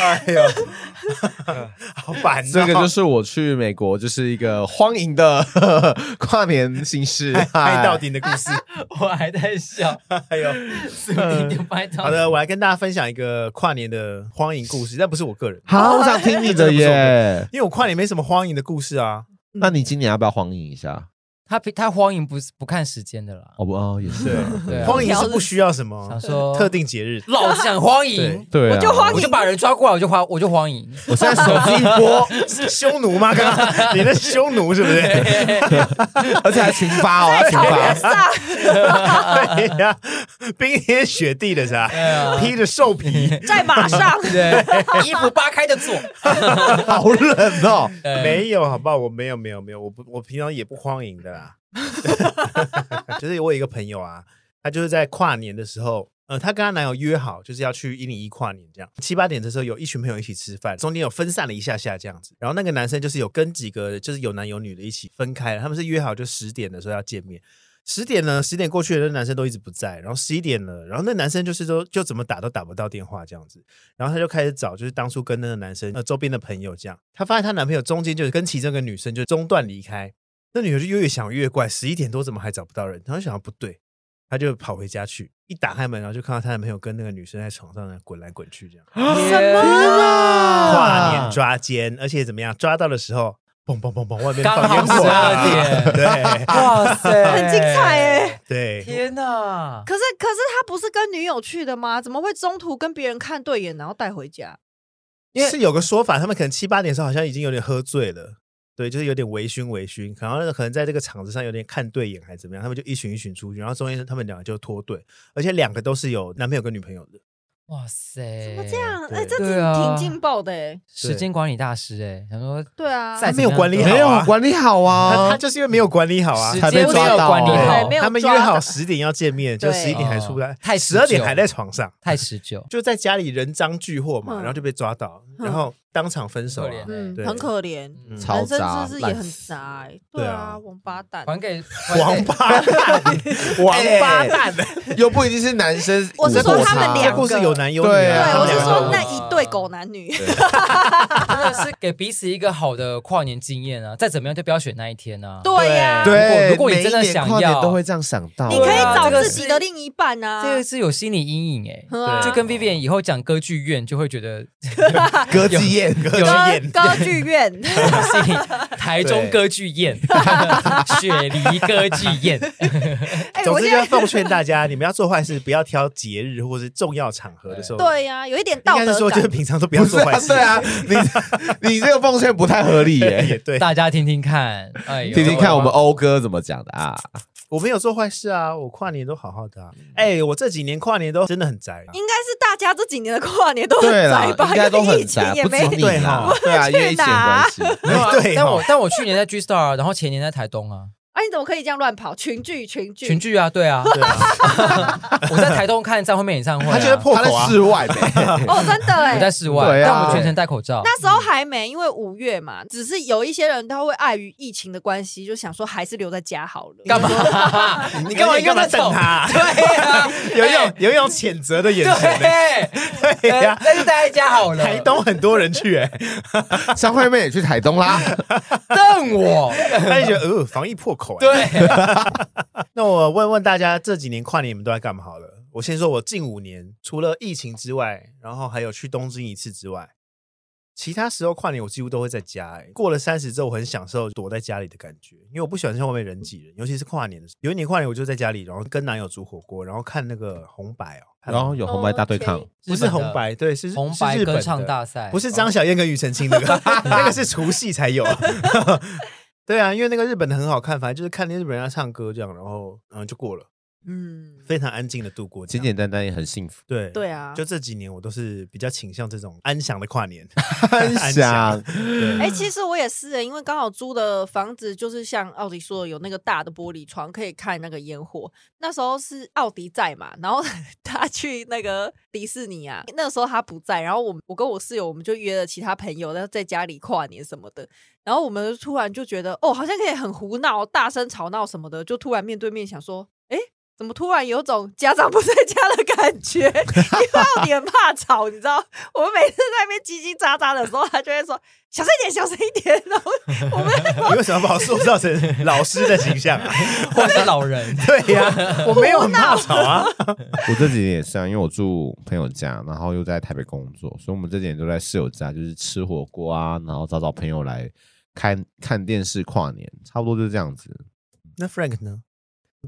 [SPEAKER 2] 哎呦，好烦哦，
[SPEAKER 1] 这个就是我去美国就是一个荒淫的 跨年形式，
[SPEAKER 2] 爱到底的故 事。
[SPEAKER 4] 我还在笑，
[SPEAKER 2] 哎呦，
[SPEAKER 4] 输定就掰到
[SPEAKER 2] 好
[SPEAKER 4] 顶。
[SPEAKER 2] 的，我来跟大家分享一个跨年的荒淫故事，但不是我个人，
[SPEAKER 1] 好，我想听你的耶。
[SPEAKER 2] 因为我跨年没什么荒淫的故事啊。
[SPEAKER 1] 那你今年要不要荒淫一下？
[SPEAKER 4] 他他荒淫不是不看时间的啦，
[SPEAKER 1] 哦不哦，也是啊，
[SPEAKER 4] 对啊
[SPEAKER 2] 荒淫是不需要什么
[SPEAKER 4] 想说
[SPEAKER 2] 哦特定节日，
[SPEAKER 4] 老子想荒淫，
[SPEAKER 1] 对啊，
[SPEAKER 3] 我就荒
[SPEAKER 4] 我就把人抓过来，我就荒我就荒淫。
[SPEAKER 1] 我现在手 机一拨，
[SPEAKER 2] 是匈奴吗？刚刚 你那是匈奴是不是？
[SPEAKER 1] 而且还群发哦，还群
[SPEAKER 3] 草原
[SPEAKER 1] 发。
[SPEAKER 3] 上，
[SPEAKER 1] 啊
[SPEAKER 2] 对哎呀，冰天雪地的是吧？
[SPEAKER 4] 啊
[SPEAKER 2] 披着兽皮，
[SPEAKER 3] 在马 上，
[SPEAKER 4] 对，衣服扒开就 做。
[SPEAKER 1] 好冷哦！
[SPEAKER 4] 呃
[SPEAKER 2] 没有，好不好？我没有，没有，没有，我不，我平常也不荒淫的啦。就是我有一个朋友啊，她就是在跨年的时候，呃，她跟她男友约好，就是要去一零一跨年，这样七八点的时候有一群朋友一起吃饭，中间有分散了一下下这样子。然后那个男生就是有跟几个就是有男有女的一起分开了，他们是约好就十点的时候要见面。十点呢，十点过去了，那男生都一直不在。然后十一点了，然后那男生就是说，就怎么打都打不到电话这样子。然后她就开始找，就是当初跟那个男生呃周边的朋友这样。她发现她男朋友中间就是跟其中一个女生就中断离开，那女的就越想越怪，十一点多怎么还找不到人？她就想不对，她就跑回家去，一打开门，然后就看到她男朋友跟那个女生在床上呢滚来滚去这样，
[SPEAKER 4] 什
[SPEAKER 3] 啊
[SPEAKER 4] 么
[SPEAKER 2] 跨年抓奸，而且怎么样抓到的时候，嘣嘣嘣嘣，外面
[SPEAKER 4] 刚
[SPEAKER 2] 放
[SPEAKER 4] 好
[SPEAKER 2] 烟火，
[SPEAKER 4] 12
[SPEAKER 2] 对
[SPEAKER 4] 哇塞，
[SPEAKER 3] 很精彩哎！
[SPEAKER 2] 对。
[SPEAKER 4] 天哪！
[SPEAKER 3] 可是可是他不是跟女友去的吗？怎么会中途跟别人看对眼，然后带回家？
[SPEAKER 2] 因为是有个说法，他们可能七八点的时候好像已经有点喝醉了，对，就是有点微醺微醺，然后可能在这个场子上有点看对眼还是怎么样，他们就一群一群出去，然后中间他们两个就脱队，而且两个都是有男朋友跟女朋友的，
[SPEAKER 4] 哇塞，
[SPEAKER 3] 怎么这样？
[SPEAKER 2] 对
[SPEAKER 3] 哎，这
[SPEAKER 4] 对啊
[SPEAKER 3] 挺挺劲爆的哎！
[SPEAKER 4] 时间管理大师哎，想说
[SPEAKER 3] 对啊，
[SPEAKER 4] 在
[SPEAKER 2] 没有管理好、啊，
[SPEAKER 1] 没有管理好
[SPEAKER 2] 他他
[SPEAKER 1] 啊，
[SPEAKER 2] 就是因为没有管理好啊
[SPEAKER 4] 时，
[SPEAKER 1] 才被
[SPEAKER 4] 间没
[SPEAKER 1] 抓
[SPEAKER 4] 有
[SPEAKER 1] 到
[SPEAKER 4] 管理
[SPEAKER 3] 对
[SPEAKER 4] 好
[SPEAKER 3] 没，有
[SPEAKER 2] 他们约
[SPEAKER 3] 抓
[SPEAKER 2] 好
[SPEAKER 3] 到
[SPEAKER 2] 十点要见面，就
[SPEAKER 3] 对
[SPEAKER 2] 十一点还出不来
[SPEAKER 4] 哦，太
[SPEAKER 2] 十二
[SPEAKER 4] 持久
[SPEAKER 2] 点还在床上，
[SPEAKER 4] 太持久，
[SPEAKER 2] 就在家里人赃俱获嘛，
[SPEAKER 3] 嗯
[SPEAKER 2] 然后就被抓到，
[SPEAKER 3] 嗯
[SPEAKER 2] 然后当场分手、
[SPEAKER 4] 可怜
[SPEAKER 2] 啊。
[SPEAKER 3] 嗯，
[SPEAKER 2] 对
[SPEAKER 3] 很可怜。
[SPEAKER 4] 嗯
[SPEAKER 1] 超
[SPEAKER 3] 男生是
[SPEAKER 1] 渣
[SPEAKER 3] 不是
[SPEAKER 1] 烂
[SPEAKER 3] 也很
[SPEAKER 1] 死
[SPEAKER 3] 渣欸？
[SPEAKER 2] 对
[SPEAKER 3] 对
[SPEAKER 2] 啊
[SPEAKER 3] 啊，王八蛋！
[SPEAKER 4] 还给
[SPEAKER 2] 王八蛋，王八
[SPEAKER 3] 哎
[SPEAKER 2] 蛋！
[SPEAKER 1] 又不一定是男生。
[SPEAKER 3] 我是说
[SPEAKER 1] 我
[SPEAKER 3] 他们
[SPEAKER 2] 这
[SPEAKER 3] 两
[SPEAKER 2] 故
[SPEAKER 3] 个
[SPEAKER 2] 事有男有女、
[SPEAKER 1] 对
[SPEAKER 3] 对，
[SPEAKER 1] 啊
[SPEAKER 3] 我是
[SPEAKER 2] 他们两个
[SPEAKER 3] 说
[SPEAKER 2] 都
[SPEAKER 3] 那一对狗男女，
[SPEAKER 4] 真的是给彼此一个好的跨年经验啊！再怎么样就不要选那一天啊！
[SPEAKER 3] 对呀，
[SPEAKER 1] 对，
[SPEAKER 4] 如果如果你真的
[SPEAKER 1] 每一年
[SPEAKER 4] 想
[SPEAKER 1] 跨年
[SPEAKER 4] 要
[SPEAKER 1] 都会这样想到。
[SPEAKER 3] 你可以
[SPEAKER 4] 对啊
[SPEAKER 3] 找
[SPEAKER 4] 这个
[SPEAKER 3] 自
[SPEAKER 4] 是
[SPEAKER 3] 己的另一半啊。
[SPEAKER 4] 这个是有心理阴影哎、
[SPEAKER 3] 嗯啊
[SPEAKER 2] 对
[SPEAKER 4] 就跟 Vivian 以后讲歌剧院就会觉得
[SPEAKER 1] 歌姬宴，歌
[SPEAKER 4] 有
[SPEAKER 3] 歌歌剧院，
[SPEAKER 4] 心理台中
[SPEAKER 2] 对
[SPEAKER 4] 歌剧院、雪梨歌剧 院，
[SPEAKER 3] 哎，
[SPEAKER 2] 总
[SPEAKER 3] 我
[SPEAKER 2] 之
[SPEAKER 3] 现
[SPEAKER 2] 就要
[SPEAKER 3] 在
[SPEAKER 2] 奉劝大家，你们要做坏事，不要挑节日或是重要场合的时候。，
[SPEAKER 3] 对呀，有一点道
[SPEAKER 2] 应该是
[SPEAKER 3] 德
[SPEAKER 2] 说就是
[SPEAKER 3] 感。
[SPEAKER 2] 平常都不
[SPEAKER 1] 不
[SPEAKER 2] 要
[SPEAKER 1] 是
[SPEAKER 2] 做坏
[SPEAKER 1] 啊，
[SPEAKER 2] 事。
[SPEAKER 1] 对 啊，你你这个奉劝不太合理
[SPEAKER 2] 也
[SPEAKER 1] 耶。
[SPEAKER 2] 哎对，
[SPEAKER 4] 大家听听看，哎呦，
[SPEAKER 1] 听听看我们欧哥怎么讲的啊？
[SPEAKER 2] 我没有做坏事啊，我跨年都好好的啊。哎，我这几年跨年都真的很宅啊。
[SPEAKER 3] 应该是大家这几年的跨年都很
[SPEAKER 1] 对啦，
[SPEAKER 3] 宅吧，
[SPEAKER 1] 应该都
[SPEAKER 3] 因为
[SPEAKER 1] 很
[SPEAKER 3] 疫情
[SPEAKER 1] 宅，
[SPEAKER 3] 也
[SPEAKER 1] 不
[SPEAKER 3] 没
[SPEAKER 1] 止你
[SPEAKER 2] 对
[SPEAKER 1] 啦
[SPEAKER 2] 哈，
[SPEAKER 1] 对啊，因为疫情的关系。
[SPEAKER 4] 没有 啊
[SPEAKER 2] 对哦
[SPEAKER 4] 但我但我去年在 G Star，然后啊前年在台东啊，
[SPEAKER 3] 啊，你怎么可以这样乱跑？群聚，群聚，
[SPEAKER 4] 群聚啊，对啊，
[SPEAKER 2] 对啊，
[SPEAKER 4] 我在台东看张惠妹演唱会啊、
[SPEAKER 2] 他觉得破
[SPEAKER 1] 他
[SPEAKER 2] 口啊
[SPEAKER 1] 在，室外呗，
[SPEAKER 3] 哦，真的
[SPEAKER 4] 我在
[SPEAKER 3] 哎。
[SPEAKER 4] 室外，
[SPEAKER 1] 对啊
[SPEAKER 4] 但我们全程戴口罩。
[SPEAKER 3] 那时
[SPEAKER 1] 嗯
[SPEAKER 3] 候还没，因为五月嘛，只是有一些人他会碍于疫情的关系，就想说还是留在家好了。
[SPEAKER 4] 干嘛？你干嘛
[SPEAKER 2] 你干嘛整他啊
[SPEAKER 4] 对啊，
[SPEAKER 2] 有一种有一种谴责 的眼神欸。
[SPEAKER 4] 对，呃
[SPEAKER 2] 对呀，
[SPEAKER 4] 那就待在家好了。
[SPEAKER 2] 台东很多人去哎，
[SPEAKER 1] 张惠妹也去台东啦。
[SPEAKER 4] 瞪 我，
[SPEAKER 2] 他就觉得呃防疫破口。，
[SPEAKER 4] 对，
[SPEAKER 2] 那我问问大家，这几年跨年你们都在干嘛好了？我先说，我近五年除了疫情之外，然后还有去东京一次之外，其他时候跨年我几乎都会在家、欸。过了三十之后，我很享受躲在家里的感觉，因为我不喜欢在外面人挤人，尤其是跨年的时候。有一年跨年我就在家里，然后跟男友煮火锅，然后看那个红白哦，看
[SPEAKER 1] 然后有红白大对
[SPEAKER 4] 哦
[SPEAKER 1] 抗，
[SPEAKER 2] 不是红白，对，是
[SPEAKER 4] 红
[SPEAKER 2] 是
[SPEAKER 4] 白哦
[SPEAKER 2] 日本
[SPEAKER 4] 歌
[SPEAKER 2] 的
[SPEAKER 4] 唱大赛，
[SPEAKER 2] 不是张小燕跟庾澄庆那 个，那个是除夕才有。 对啊，因为那个日本的很好看，反正就是看那日本人家唱歌这样，然后嗯就过了。
[SPEAKER 3] 嗯，
[SPEAKER 2] 非常安静的度过这
[SPEAKER 1] 简
[SPEAKER 2] 样。
[SPEAKER 1] 简单单也很幸福。
[SPEAKER 2] 对
[SPEAKER 3] 对啊
[SPEAKER 2] 就这几年我都是比较倾向这种安详的跨年，
[SPEAKER 1] 很想
[SPEAKER 2] 安，对
[SPEAKER 3] 哎、其实我也是、因为刚好租的房子就是像奥迪说的，有那个大的玻璃窗可以看那个烟火。那时候是奥迪在嘛，然后 他去那个迪士尼啊，那个时候他不在，然后我我跟我室友我们就约了其他朋友，然后在家里跨年什么的。然后我们突然就觉得，哦，好像可以很胡闹、大声吵闹什么的，就突然面对面想说，哎、怎么突然有种家长不在家的感觉？因 为奥迪很怕吵，你知道，我们每次在那边叽叽喳喳的时候，他就会说小声一点，小声一点。然后我们
[SPEAKER 2] 你为什么把我塑造成老师的形象啊？，
[SPEAKER 4] 或哦者是老人
[SPEAKER 2] 对呀、 我没有很怕吵啊。
[SPEAKER 1] 我这几年也是啊，因为我住朋友家，然后又在台北工作，所以我们这几年都在室友家，就是吃火锅啊，然后找找朋友来看看电视跨年，差不多就是这样子。
[SPEAKER 2] 那 Frank 呢？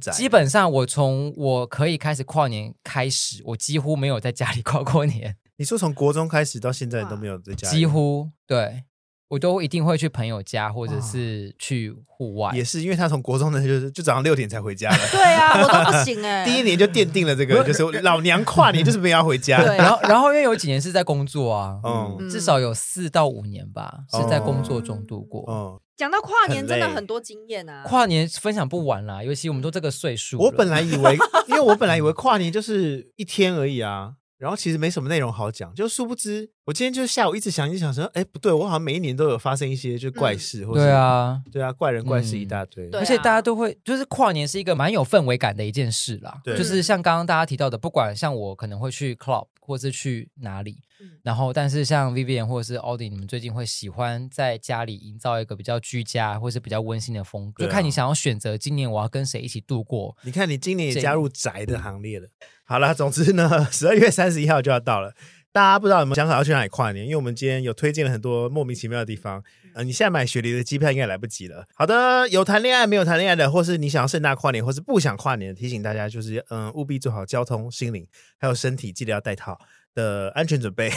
[SPEAKER 2] 宅
[SPEAKER 4] 基本上我从我可以开始跨年开始，我几乎没有在家里跨过年，
[SPEAKER 2] 你说从国中开始到现在你都没有在家里，
[SPEAKER 4] 几乎对我都一定会去朋友家或者是去户外。
[SPEAKER 2] 也是，因为他从国中的就是就早上六点才回家了，
[SPEAKER 3] 对 啊，我都不行哎、
[SPEAKER 2] 第一年就奠定了这个，就是老娘跨年就是没有要回家。
[SPEAKER 3] 对
[SPEAKER 4] 然后，然后因为有几年是在工作啊，
[SPEAKER 2] 嗯
[SPEAKER 4] 至少有四到五年吧是在工作中度过。
[SPEAKER 2] 嗯，
[SPEAKER 3] 讲到跨年，
[SPEAKER 2] 很
[SPEAKER 3] 真的
[SPEAKER 2] 累
[SPEAKER 3] 很多经验啊。
[SPEAKER 4] 跨年分享不完啦，尤其我们都这个岁数了，
[SPEAKER 2] 我本来以 为，因为我本来以为跨年就是一天而已啊，然后其实没什么内容好讲，就殊不知我今天就是下午一直想一直想说，哎，不对，我好像每一年都有发生一些就怪事，或者
[SPEAKER 4] 对，啊，
[SPEAKER 2] 对啊，怪人怪事
[SPEAKER 4] 嗯
[SPEAKER 2] 一大堆。
[SPEAKER 3] 对啊
[SPEAKER 4] 而且大家都会，就是跨年是一个蛮有氛围感的一件事啦。
[SPEAKER 2] 对
[SPEAKER 4] 就是像刚刚大家提到的，不管像我可能会去 club 或是去哪里，
[SPEAKER 3] 嗯
[SPEAKER 4] 然后但是像 Vivian 或者是 Audi，你们最近会喜欢在家里营造一个比较居家或是比较温馨的风格，
[SPEAKER 2] 对啊
[SPEAKER 4] 就看你想要选择今年我要跟谁一起度过。
[SPEAKER 2] 你看，你今年也
[SPEAKER 4] 这
[SPEAKER 2] 加入宅的行列了。好啦，总之呢，十二月三十一号就要到了。大家不知道有没有想好要去哪里跨年？因为我们今天有推荐了很多莫名其妙的地方。呃，你现在买雪梨的机票应该来不及了。好的，有谈恋爱没有谈恋爱的，或是你想要盛大跨年，或是不想跨年，提醒大家就是，嗯，务必做好交通、心灵还有身体，记得要带套的安全准备，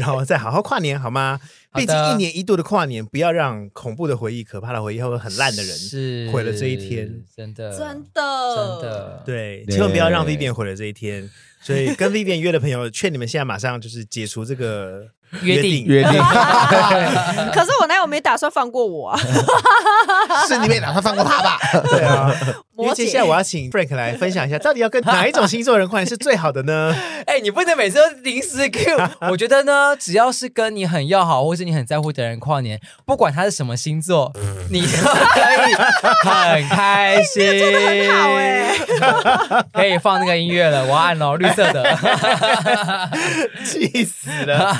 [SPEAKER 2] 然后再好好跨年，好吗？
[SPEAKER 4] 好的
[SPEAKER 2] 毕竟一年一度的跨年，不要让恐怖的回忆、可怕的回忆，或者很烂的人
[SPEAKER 4] 是
[SPEAKER 2] 毁了这一天，
[SPEAKER 4] 真的，
[SPEAKER 3] 真
[SPEAKER 4] 真
[SPEAKER 3] 的，
[SPEAKER 4] 的，，
[SPEAKER 2] 对，
[SPEAKER 1] 对
[SPEAKER 2] 千万不要让 Vivian 毁了这一天。所以跟 Vivian 约的朋友，劝你们现在马上就是解除这个
[SPEAKER 4] 约定
[SPEAKER 2] 定。
[SPEAKER 1] 约定
[SPEAKER 3] 可是我男友没打算放过我啊，
[SPEAKER 1] 是你没打算放过他 吧？
[SPEAKER 2] 对啊， 因为
[SPEAKER 3] 摩
[SPEAKER 2] 接
[SPEAKER 3] 羯
[SPEAKER 2] 下来我要请 Frank 来分享一下，到底要跟哪一种星座的人跨年是最好的呢？
[SPEAKER 4] 哎、你不能每次都临时 Q。我觉得呢，只要是跟你很要好或是你很在乎的人跨年，不管他是什么星座，你都可以很
[SPEAKER 3] 哎
[SPEAKER 4] 开心。真的很
[SPEAKER 3] 好哎、
[SPEAKER 4] 可以放那个音乐了，我要按哦，绿色的。
[SPEAKER 2] 气死 了！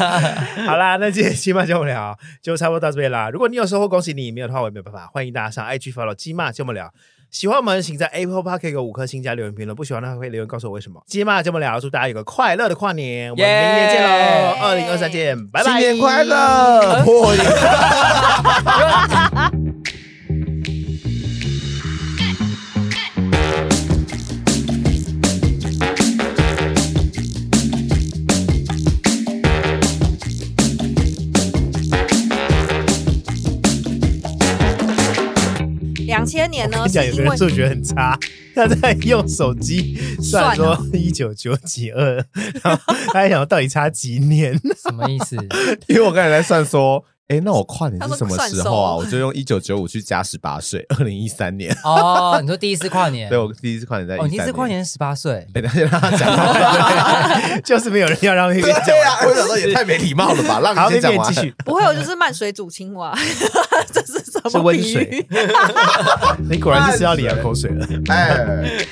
[SPEAKER 2] 好啦，那今天鸡骂就不聊，就差不多到这边啦。如果你有收获，恭喜你；没有的话，我也没有办法。欢迎大家上 IG follow 鸡骂就不聊。喜欢我们，请在 Apple Park 给我五颗星加留言评论；不喜欢的话，可以留言告诉我为什么。鸡骂就不聊，祝大家有个快乐的跨年，我们明年见喽！二零二三见，拜拜！
[SPEAKER 1] 新年快乐！破年。
[SPEAKER 3] 两千年
[SPEAKER 2] 我
[SPEAKER 3] 呢
[SPEAKER 2] 跟你讲，
[SPEAKER 3] 是
[SPEAKER 2] 有个
[SPEAKER 3] 因为
[SPEAKER 2] 人数学很差， 他在用手机算说一九九几二，然后他还想到底差几年，
[SPEAKER 4] 什么意思？
[SPEAKER 1] 因为我刚才在算说，哎，那我跨年
[SPEAKER 3] 他
[SPEAKER 1] 是
[SPEAKER 3] 说
[SPEAKER 1] 什么
[SPEAKER 3] 算
[SPEAKER 1] 时候啊？
[SPEAKER 3] 熟
[SPEAKER 1] 我就用一九九五去加十八岁，二零一三 年。
[SPEAKER 4] 哦，你说第一次跨年？
[SPEAKER 1] 对，我第一次跨年在
[SPEAKER 4] 哦，你第一
[SPEAKER 1] 13
[SPEAKER 4] 次跨年十八岁。
[SPEAKER 1] 哎，等一下让他 讲完。
[SPEAKER 2] 就是没有人要让那
[SPEAKER 1] 对
[SPEAKER 2] 边讲
[SPEAKER 1] 呀、啊，我想说也太没礼貌了吧，让
[SPEAKER 2] 完。好，
[SPEAKER 1] 你
[SPEAKER 2] 那
[SPEAKER 1] 先讲
[SPEAKER 2] 边
[SPEAKER 1] 完
[SPEAKER 2] 继。续，
[SPEAKER 3] 不会，我就是慢水煮青蛙， 这是什
[SPEAKER 2] 是
[SPEAKER 3] 么
[SPEAKER 2] 温
[SPEAKER 3] 比
[SPEAKER 2] 水
[SPEAKER 3] 喻？
[SPEAKER 2] 哎你果然是吃到李阳口水了。
[SPEAKER 1] 哎。